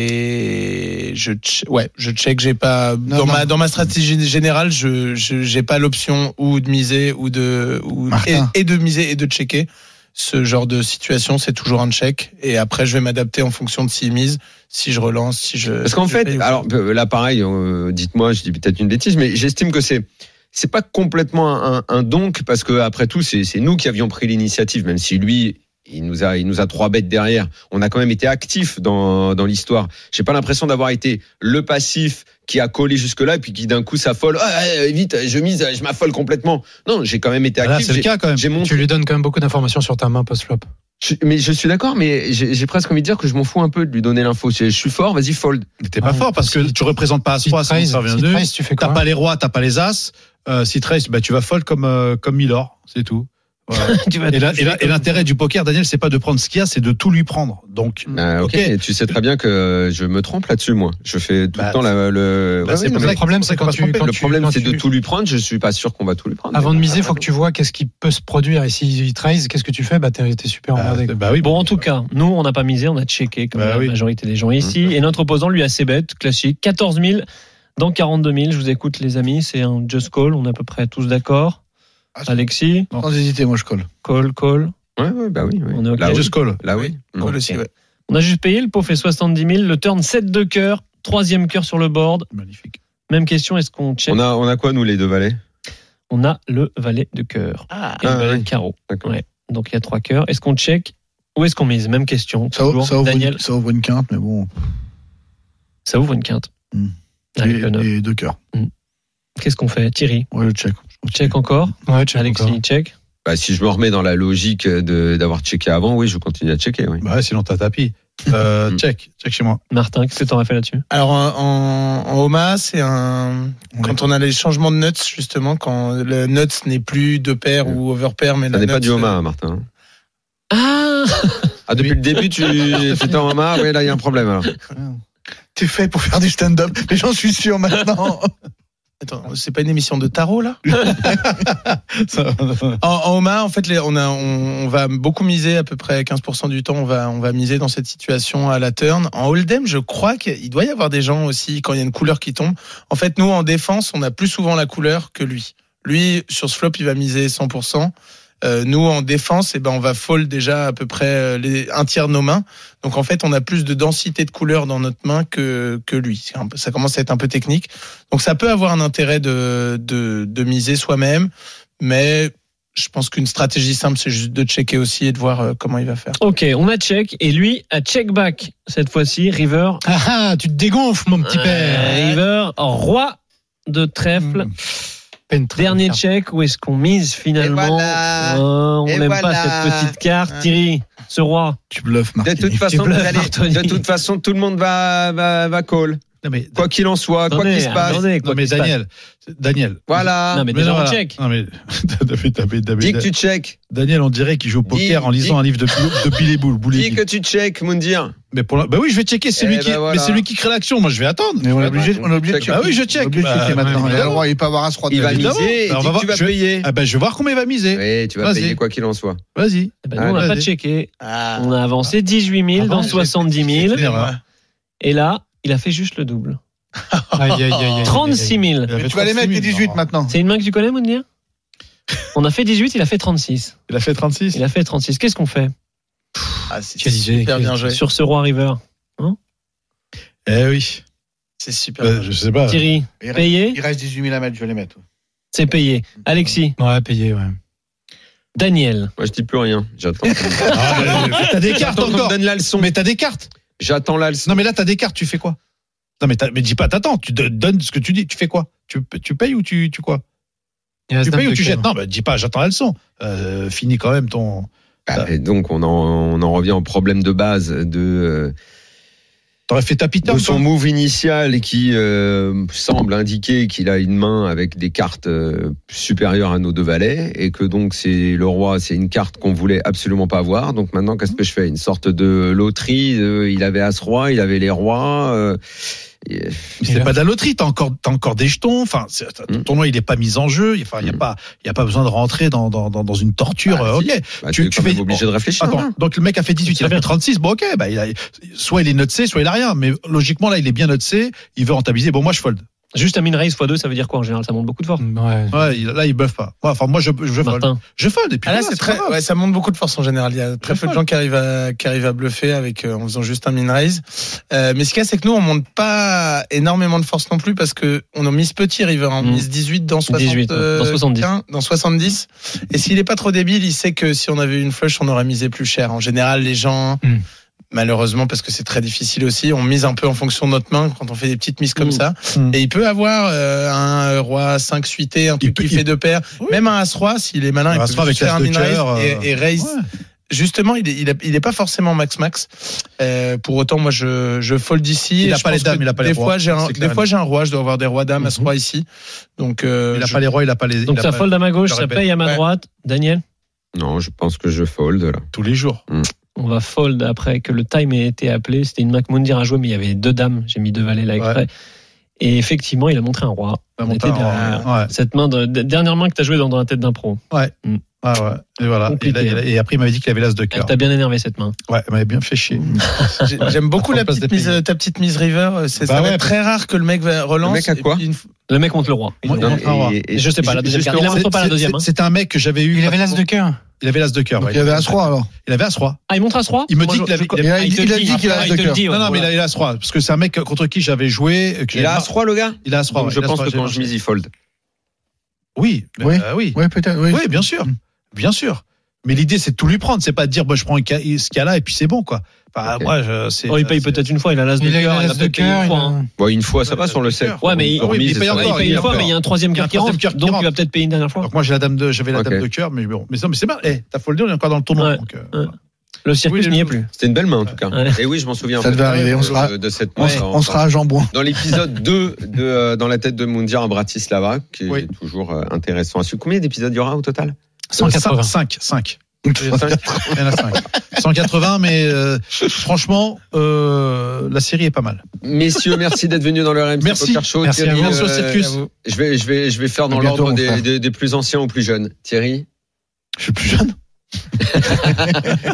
Et je che- ouais, je check. J'ai pas dans non. ma dans ma stratégie générale, je je- j'ai pas l'option ou de miser ou de ou Ah, et, Martin. et de miser et de checker. Ce genre de situation, c'est toujours un check. Et après, je vais m'adapter en fonction de s'il mise, si je relance, si je. Parce qu'en je paye fait, ou- alors euh, là pareil, euh, dites-moi, je dis peut-être une bêtise, mais j'estime que c'est c'est pas complètement un, un donc parce que après tout, c'est c'est nous qui avions pris l'initiative, même si lui. Il nous a, il nous a trois bêtes derrière. On a quand même été actif dans, dans l'histoire. J'ai pas l'impression d'avoir été le passif qui a collé jusque là et puis qui d'un coup s'affole. Ah, ah, vite, je mise, je m'affole complètement. Non, j'ai quand même été Là, actif. c'est le J'ai- cas quand j'ai même. montré- Tu lui donnes quand même beaucoup d'informations sur ta main post-flop. je- mais je suis d'accord, mais j'ai j'ai presque envie de dire que je m'en fous un peu de lui donner l'info. Je, je suis fort, vas-y fold. Mais T'es pas Ah, fort parce que si- tu représentes pas Si As-3, tu traises, ça revient si deux. traises, tu fais T'as quoi pas les rois, t'as pas les As. Euh, si 13, bah, tu vas fold comme, euh, comme Milor, c'est tout. Voilà. Tu vas Et la- te et la- et l'intérêt du poker, Daniel, c'est pas de prendre ce qu'il y a, c'est de tout lui prendre. Donc, Ah, ok, Ok. tu sais très bien que je me trompe là-dessus, moi. Je fais tout Bah, le temps la- le. bah, Ouais, c'est oui, pour non, ça mais Le problème, c'est quand tu. quand le tu- problème, quand c'est de tu- tout lui prendre. Je suis pas sûr qu'on va tout lui prendre. Avant de miser, il faut que tu vois qu'est-ce qui peut se produire. Et s'il traise, qu'est-ce que tu fais Bah, t'es t'es super Ah, bah, emmerdé. quoi. bah oui, Bon, en tout cas, nous, on n'a pas misé, on a checké, comme Bah la oui. majorité des gens ici. Et notre opposant, lui, assez bête, classique, 14 000 dans 42 000. Je vous écoute, les amis, c'est un just call, on est à peu près tous d'accord. Ah, c'est- Alexis, Sans hésiter, moi je colle. call, call. Ouais, ouais, bah oui. oui. On est ok. Là, oui. Just call. Là, oui. Ok. On a juste payé, le pot fait 70 000, le turn 7 de cœur, troisième cœur sur le board. Magnifique. Même question, est-ce qu'on check On a, on a quoi, nous, les deux valets On a le valet de cœur et ben, le Ah, valet oui. de carreau. D'accord. Ouais. Donc il y a trois cœurs. Est-ce qu'on check ou est-ce qu'on mise Même question. Ça, toujours. ça ouvre Daniel, une, ça ouvre une quinte, mais bon. ça ouvre une quinte. Hmm. Avec et, le neuf. et deux cœurs. Qu'est-ce qu'on fait Thierry, Ouais, je check. check encore Ouais, check Alexis, encore. check. Bah, si je me remets dans la logique de d'avoir checké avant, oui, je continue à checker. Oui. Bah ouais, sinon t'as tapis. Euh, Mm. check, check chez moi. Martin, qu'est-ce que t'en as fait là-dessus Alors en, en Omaha, c'est un quand on a les changements de nuts justement, quand le nuts n'est plus deux paires ou over pair, mais Ça la n'est pas nuts- du Omaha, Martin. hein. Ah Ah, depuis le début, tu tu t'es en Omaha Oui, là, il y a un problème. Alors. euh, T'es fait pour faire du stand-up, mais j'en suis sûr maintenant. Attends, c'est pas une émission de tarot là Ça- En, en Omaha, en fait, les- on, a, on, on va beaucoup miser à peu près 15% du temps. On va, on va miser dans cette situation à la turn. En hold'em, je crois qu'il doit y avoir des gens aussi quand il y a une couleur qui tombe. En fait, nous en défense, on a plus souvent la couleur que lui. Lui sur ce flop, il va miser 100%. Euh, nous en défense, eh ben on va fold déjà à peu près euh, les, un tiers de nos mains. Donc en fait, on a plus de densité de couleurs dans notre main que que lui. C'est un peu- Ça commence à être un peu technique. Donc ça peut avoir un intérêt de de, de miser soi-même, mais je pense qu'une stratégie simple, c'est juste de checker aussi et de voir euh, comment il va faire. Ok, on a check et lui a check back cette fois-ci. River. Ah ah, tu te dégonfles, mon petit Euh, père. River, roi de trèfle. Hmm. Peine très Dernier bien. check, où est-ce qu'on mise finalement Et voilà. Euh, On Et n'aime pas voilà. cette petite carte. Hein. Thierry, ce roi. tu bluffes, De Martin. toute façon, vous bluffes, allez- Anthony. de toute façon, tout le monde va va, va call. Non mais, Quoi qu'il en soit, quoi Attendez, qu'il se passe. attendez, quoi non mais qu'il se passe. Daniel, Daniel. Voilà. Non, mais non, déjà on voilà. check. Non mais, David, David, David, Dis que tu check. Daniel, on dirait qu'il joue au poker Dis- en lisant dis- un livre de, de Billy Bull. Bull et Dis Bill. que tu check, Moundir. Mais pour la- bah oui, je vais checker. C'est Eh lui ben qui, voilà. mais c'est lui qui crée l'action. Moi, je vais attendre. Mais on est obligé, bah, on est obligé de check. checker. Bah oui, je On est check. obligé de Bah, checker bah, maintenant. Il a le évidemment. droit, il peut avoir as roi de Il va dame. évidemment. miser et Bah, on dis va que voir, tu vas je- payer. Ah bah, je vais voir combien il va miser. Oui, tu vas Vas-y. payer quoi qu'il en soit. Vas-y. Eh ben, nous, on n'a Allez. pas checké. hein. Ah, On a avancé 18 000 Avant, dans j'ai- 70 000. C'est une erreur. Et là, il a fait juste le double. Aïe, aïe, aïe, aïe, aïe, aïe. 36 000. Il a fait Mais tu vas les mettre les 36 000, 18 non. maintenant. C'est une main que tu connais, Mounir On a fait 18, il a fait 36. Il a fait 36. Il a fait 36. Qu'est-ce qu'on fait ah, c'est Quelle idée, super quelle- bien joué. sur ce roi River Eh oui. C'est super. Bah, je sais pas. Thierry, Il reste- payé il reste 18 000 à mettre, je vais les mettre. C'est payé. Alexis, Ouais, payé, ouais. Daniel. Moi, je dis plus rien. J'attends. Ah, mais- mais T'as des cartes J'attends qu'on me encore. donne la leçon. Mais t'as des cartes. J'attends la leçon. Non mais là t'as des cartes. Tu fais quoi Non mais, t'as- mais dis pas t'attends. Tu don- donnes ce que tu dis. Tu fais quoi tu, tu payes ou tu, tu quoi Il reste Tu dame payes ou de tu cœur. jettes Non mais dis pas. J'attends la leçon. Euh, finis quand même ton. Ah, et donc, on en, on en revient au problème de base de. euh, T'aurais fait tapis de son move initial et qui euh, semble indiquer qu'il a une main avec des cartes euh, supérieures à nos deux valets et que donc c'est le roi, c'est une carte qu'on voulait absolument pas avoir. Donc maintenant, qu'est-ce que je fais Une sorte de loterie. euh, il avait as roi, il avait les rois. euh, et- Mais c'est pas de la loterie, t'as encore, t'as encore des jetons. Enfin, c'est- ton Mm. tournoi, il n'est pas mis en jeu. Enfin, il n'y a Mm. pas, il y a pas besoin de rentrer dans, dans, dans, dans une torture. Ah, euh, si. ok. bah, Tu- tu, es tu quand même fais- obligé de réfléchir. Ah, Attends, hein. donc le mec a fait 18, il a fait 36. Bon, ok, bah, il a, soit il est noté, soit il a rien. Mais logiquement, là, il est bien noté. Il veut rentabiliser. Bon, moi, je fold. Juste un min raise x2, ça veut dire quoi en général Ça monte beaucoup de force. Ouais. Ouais, il- là, il buffe pas. Ouais, Enfin, moi, je, je fold. Martin. Je fold. Et puis, Ah là, voilà, c'est pas très, grave. ouais, ça monte beaucoup de force en général. Il y a très peu de gens qui arrivent à, qui arrivent à bluffer avec, euh, en faisant juste un min raise. Euh, mais ce qu'il y a, c'est que nous, on monte pas énormément de force non plus parce que on en mise petit river, hein. on Mm. mise 18 dans 60, 18, ouais, dans 70. euh, dans 70. Et s'il est pas trop débile, il sait que si on avait eu une flush, on aurait misé plus cher. En général, les gens, Hmm. Mm. malheureusement, parce que c'est très difficile aussi, on mise un peu en fonction de notre main quand on fait des petites mises Hmm. comme Mm. ça. Mm. Et il peut avoir euh, un roi 5 suité, un Il truc peut- qui il- fait deux paires. Oui. Même un As-Roi, s'il est malin, Un il peut As-Roi juste avec faire un l'As de min-raise cœur, euh, et, et raise. Ouais. Justement, il est, il, est- il est pas forcément max-max. Euh, pour autant, moi, je, je fold ici. Il et a je pas pense les dames, que il a pas les des rois. Fois, j'ai un, C'est clair. des fois, j'ai un roi, je dois avoir des rois-dames, Mhm. As-Roi ici. Donc, euh, Il a je- pas les rois, il a pas les. Donc il a ça pas- fold à ma gauche, je ça répète. paye à ma Ouais. droite. Daniel Non, je pense que je fold là. tous les jours. On va fold après que le time ait été appelé. C'était une McMundir à jouer, mais il y avait deux dames. J'ai mis deux valets là exprès. Et effectivement, il a montré un roi. La On montagne, était euh, derrière. ouais, ouais. Cette main, de, de- dernière main que tu as jouée dans, dans la tête d'un pro. Ah ouais, et voilà. Et, Compliqué. là, il a- et après, il m'avait dit qu'il avait l'as de Elle cœur. t'a bien énervé cette main. Ouais, il m'avait bien fait chier. J'ai- J'aime beaucoup Prends la place petite des mise, pays. ta petite mise river. euh, C'est Bah ça va ouais, être très rare que le mec va- relance. mec a et puis quoi une- Le mec monte le roi. Il Non, montre un roi. et- et- je sais pas, la deuxième juste carte. Il Laurent, a montré pas la deuxième. hein. C'est un mec que j'avais eu. Il avait l'as de cœur. Il avait l'as de cœur. Donc euh, ouais. il y avait As-Roi alors. Il avait as roi. Ah, il montre à ce roi Il me Moi, dit je- qu'il avait- je- il a- Ah, te il le a dit qu'il a il l'as te de le dit, Non, ouais, non, mais il voilà. avait l'as roi. Parce que c'est un mec contre qui j'avais joué. euh, que Il a j'avais- As-Roi, le gars Il a as roi. Donc, ouais, Je il a pense as-roi, que j'ai quand l'as je mise, il fold. Oui, Oui. euh, oui. Oui, peut-être. Oui. Oui, bien sûr. Bien sûr. Mais l'idée, c'est de tout lui prendre. C'est pas de dire, bah, je prends un ca- ce qu'il y a là et puis c'est bon, quoi. Enfin, Ok. moi, je- c'est- Oh, il paye c'est- peut-être une fois, il a l'as de Il a eu cœur. un Il a as de peut-être payé cœur. une il fois. a- hein. Bon, une fois, ça Ouais, passe, on le sait. d'accord. Ouais, mais il- On remise, il paye ça encore, va. Il paye il a une fois, peur. mais il y a un troisième Il y a un cœur qui troisième rentre. cœur qui Donc, rentre. il va peut-être payer une dernière fois. Donc, moi, j'ai la dame de, j'avais la Ok. dame de cœur, mais bon. Mais non, mais c'est bien. Eh, t'as foldé, on est encore dans le tournoi. Ouais. donc, euh, Ouais. Le circuit, Oui, n'y les- est plus. C'était une belle main en tout cas. Ouais. Et oui, je m'en souviens. Ça devait arriver, on de- sera- de cette On, main. sera- on sera à Jambon. Dans l'épisode 2 de euh, Dans la tête de Mundir à Bratislava, qui Oui. est toujours euh, intéressant à suivre. Combien d'épisodes il y aura au total 180. 5, 5. Cinq Il y en a 5. 180, mais euh, franchement, euh, la série est pas mal. Messieurs, merci d'être venus dans le RMC Merci. Poker Show. Merci à Thierry, vous. euh, Merci au circus. Je vais, je vais, je vais faire dans À bientôt, l'ordre mon des, frère. des- des plus anciens aux plus jeunes. Thierry, Je suis plus jeune.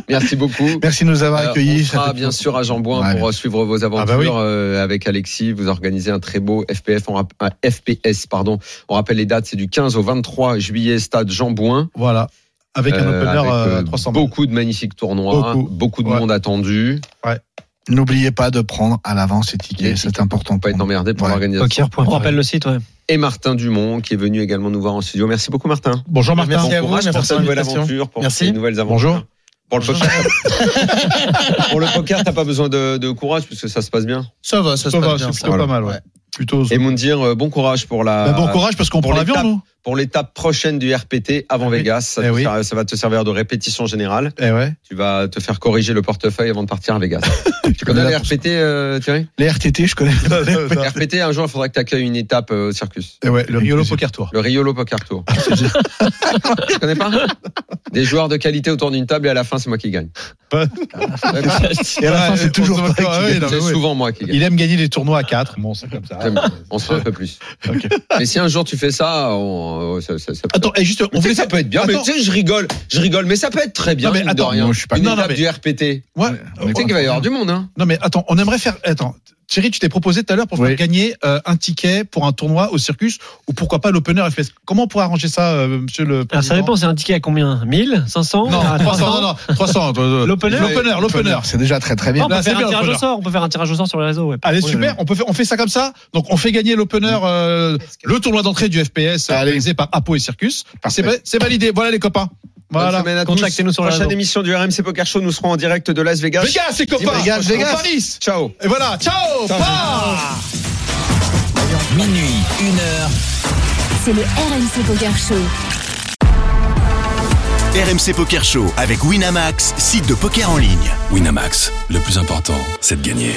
merci beaucoup. Merci de nous avoir Euh, accueillis. on Ça sera fait bien plaisir. sûr à Jean-Bouin Ouais, pour euh, suivre vos aventures Ah bah oui. euh, avec Alexis. Vous organisez un très beau FPF en rap- euh, un FPS. Pardon. On rappelle les dates, c'est du 15 au 23 juillet, stade Jean-Bouin. Voilà. Avec un Euh, opener avec, euh, euh, 300 balles. Beaucoup de magnifiques tournois, beaucoup, Beaucoup. de Ouais. monde attendu. N'oubliez pas de prendre à l'avance ces tickets, c'est important. On peut Pour être nous. emmerdé pour Ouais. l'organisation. On Poker.fr. rappelle le site, ouais. Et Martin Dumont, qui est venu également nous voir en studio. Merci beaucoup, Martin. Bonjour Martin. Bon Merci à vous, courage merci pour pour ta nouvelle l'invitation. aventure, pour Merci. tes nouvelles aventures. Bonjour. Pour le poker. pour le poker, t'as pas besoin de, de courage puisque ça se passe bien. Ça va, ça, Ça se va, passe bien. c'est ça. plutôt pas mal, ouais. Plutôt. Et Moundir, euh, bon courage pour la. Bah, bon courage parce qu'on pour prend l'avion, l'étape. nous. Pour l'étape prochaine du RPT avant Oui. Vegas, ça, Eh te oui. sert- ça va te servir de répétition générale. Eh ouais. Tu vas te faire corriger le portefeuille avant de partir à Vegas. tu connais le RPT, euh, Thierry Les RTT, je connais. Le RPT, un jour, il faudra que tu accueilles une étape euh, au circus. Eh ouais, le Riolo Poker Tour. Le Riolo Poker Tour. Ah, tu connais pas Des joueurs de qualité autour d'une table et à la fin, c'est moi qui gagne. Ah, Et à la fin, Ouais, c'est toujours on se pas voit- qui ouais, non, mais C'est ouais. souvent moi qui gagne. ah Il aime gagner les tournois à 4. Bon, c'est comme ça. J'aime bien. On se fait un peu plus. Ok. Mais si un jour tu fais ça, on, euh, ça, ça- ça peut- Attends, eh, juste, on Mais tu sais, voulait ça peut être bien. Mais Attends. tu sais, je rigole, je rigole, mais ça peut être très bien. Non, mais mine de attends, rien. moi, je suis pas- Une Non, non, étape mais- du RPT. Ouais. Tu sais qu'il va y avoir du monde, hein Non mais attends, on aimerait faire. Attends, Thierry, tu t'es proposé tout à l'heure pour Oui. faire gagner euh, un ticket pour un tournoi au circus ou pourquoi pas l'opener FPS. Comment on pourrait arranger ça, euh, Monsieur le Alors, ça président dépend, Ah, c'est un ticket à combien 1000 500 Non, 300, non, non, 300. euh, L'opener l'opener, l'opener. C'est déjà très très Non, bien. on peut Là, c'est faire bien, un tirage au l'opener. sort, on peut faire un tirage au sort sur les réseaux, ouais. Allez super, on peut faire, on fait ça comme ça. Donc on fait gagner l'opener, euh, le tournoi d'entrée du FPS euh, Allez. organisé par Apo et Circus. C'est va- c'est validé. Voilà les copains. Bonne Voilà. semaine à tous. Contactez-nous sur les Prochaine réseaux. émission du RMC Poker Show, nous serons en direct de Las Vegas. Vegas, les copains. Vegas, Vegas. Paris. Ciao. Et voilà. Ciao. Pa. Minuit, 1 heure. C'est le RMC Poker Show. RMC Poker Show avec Winamax, site de poker en ligne. Winamax, le plus important, c'est de gagner.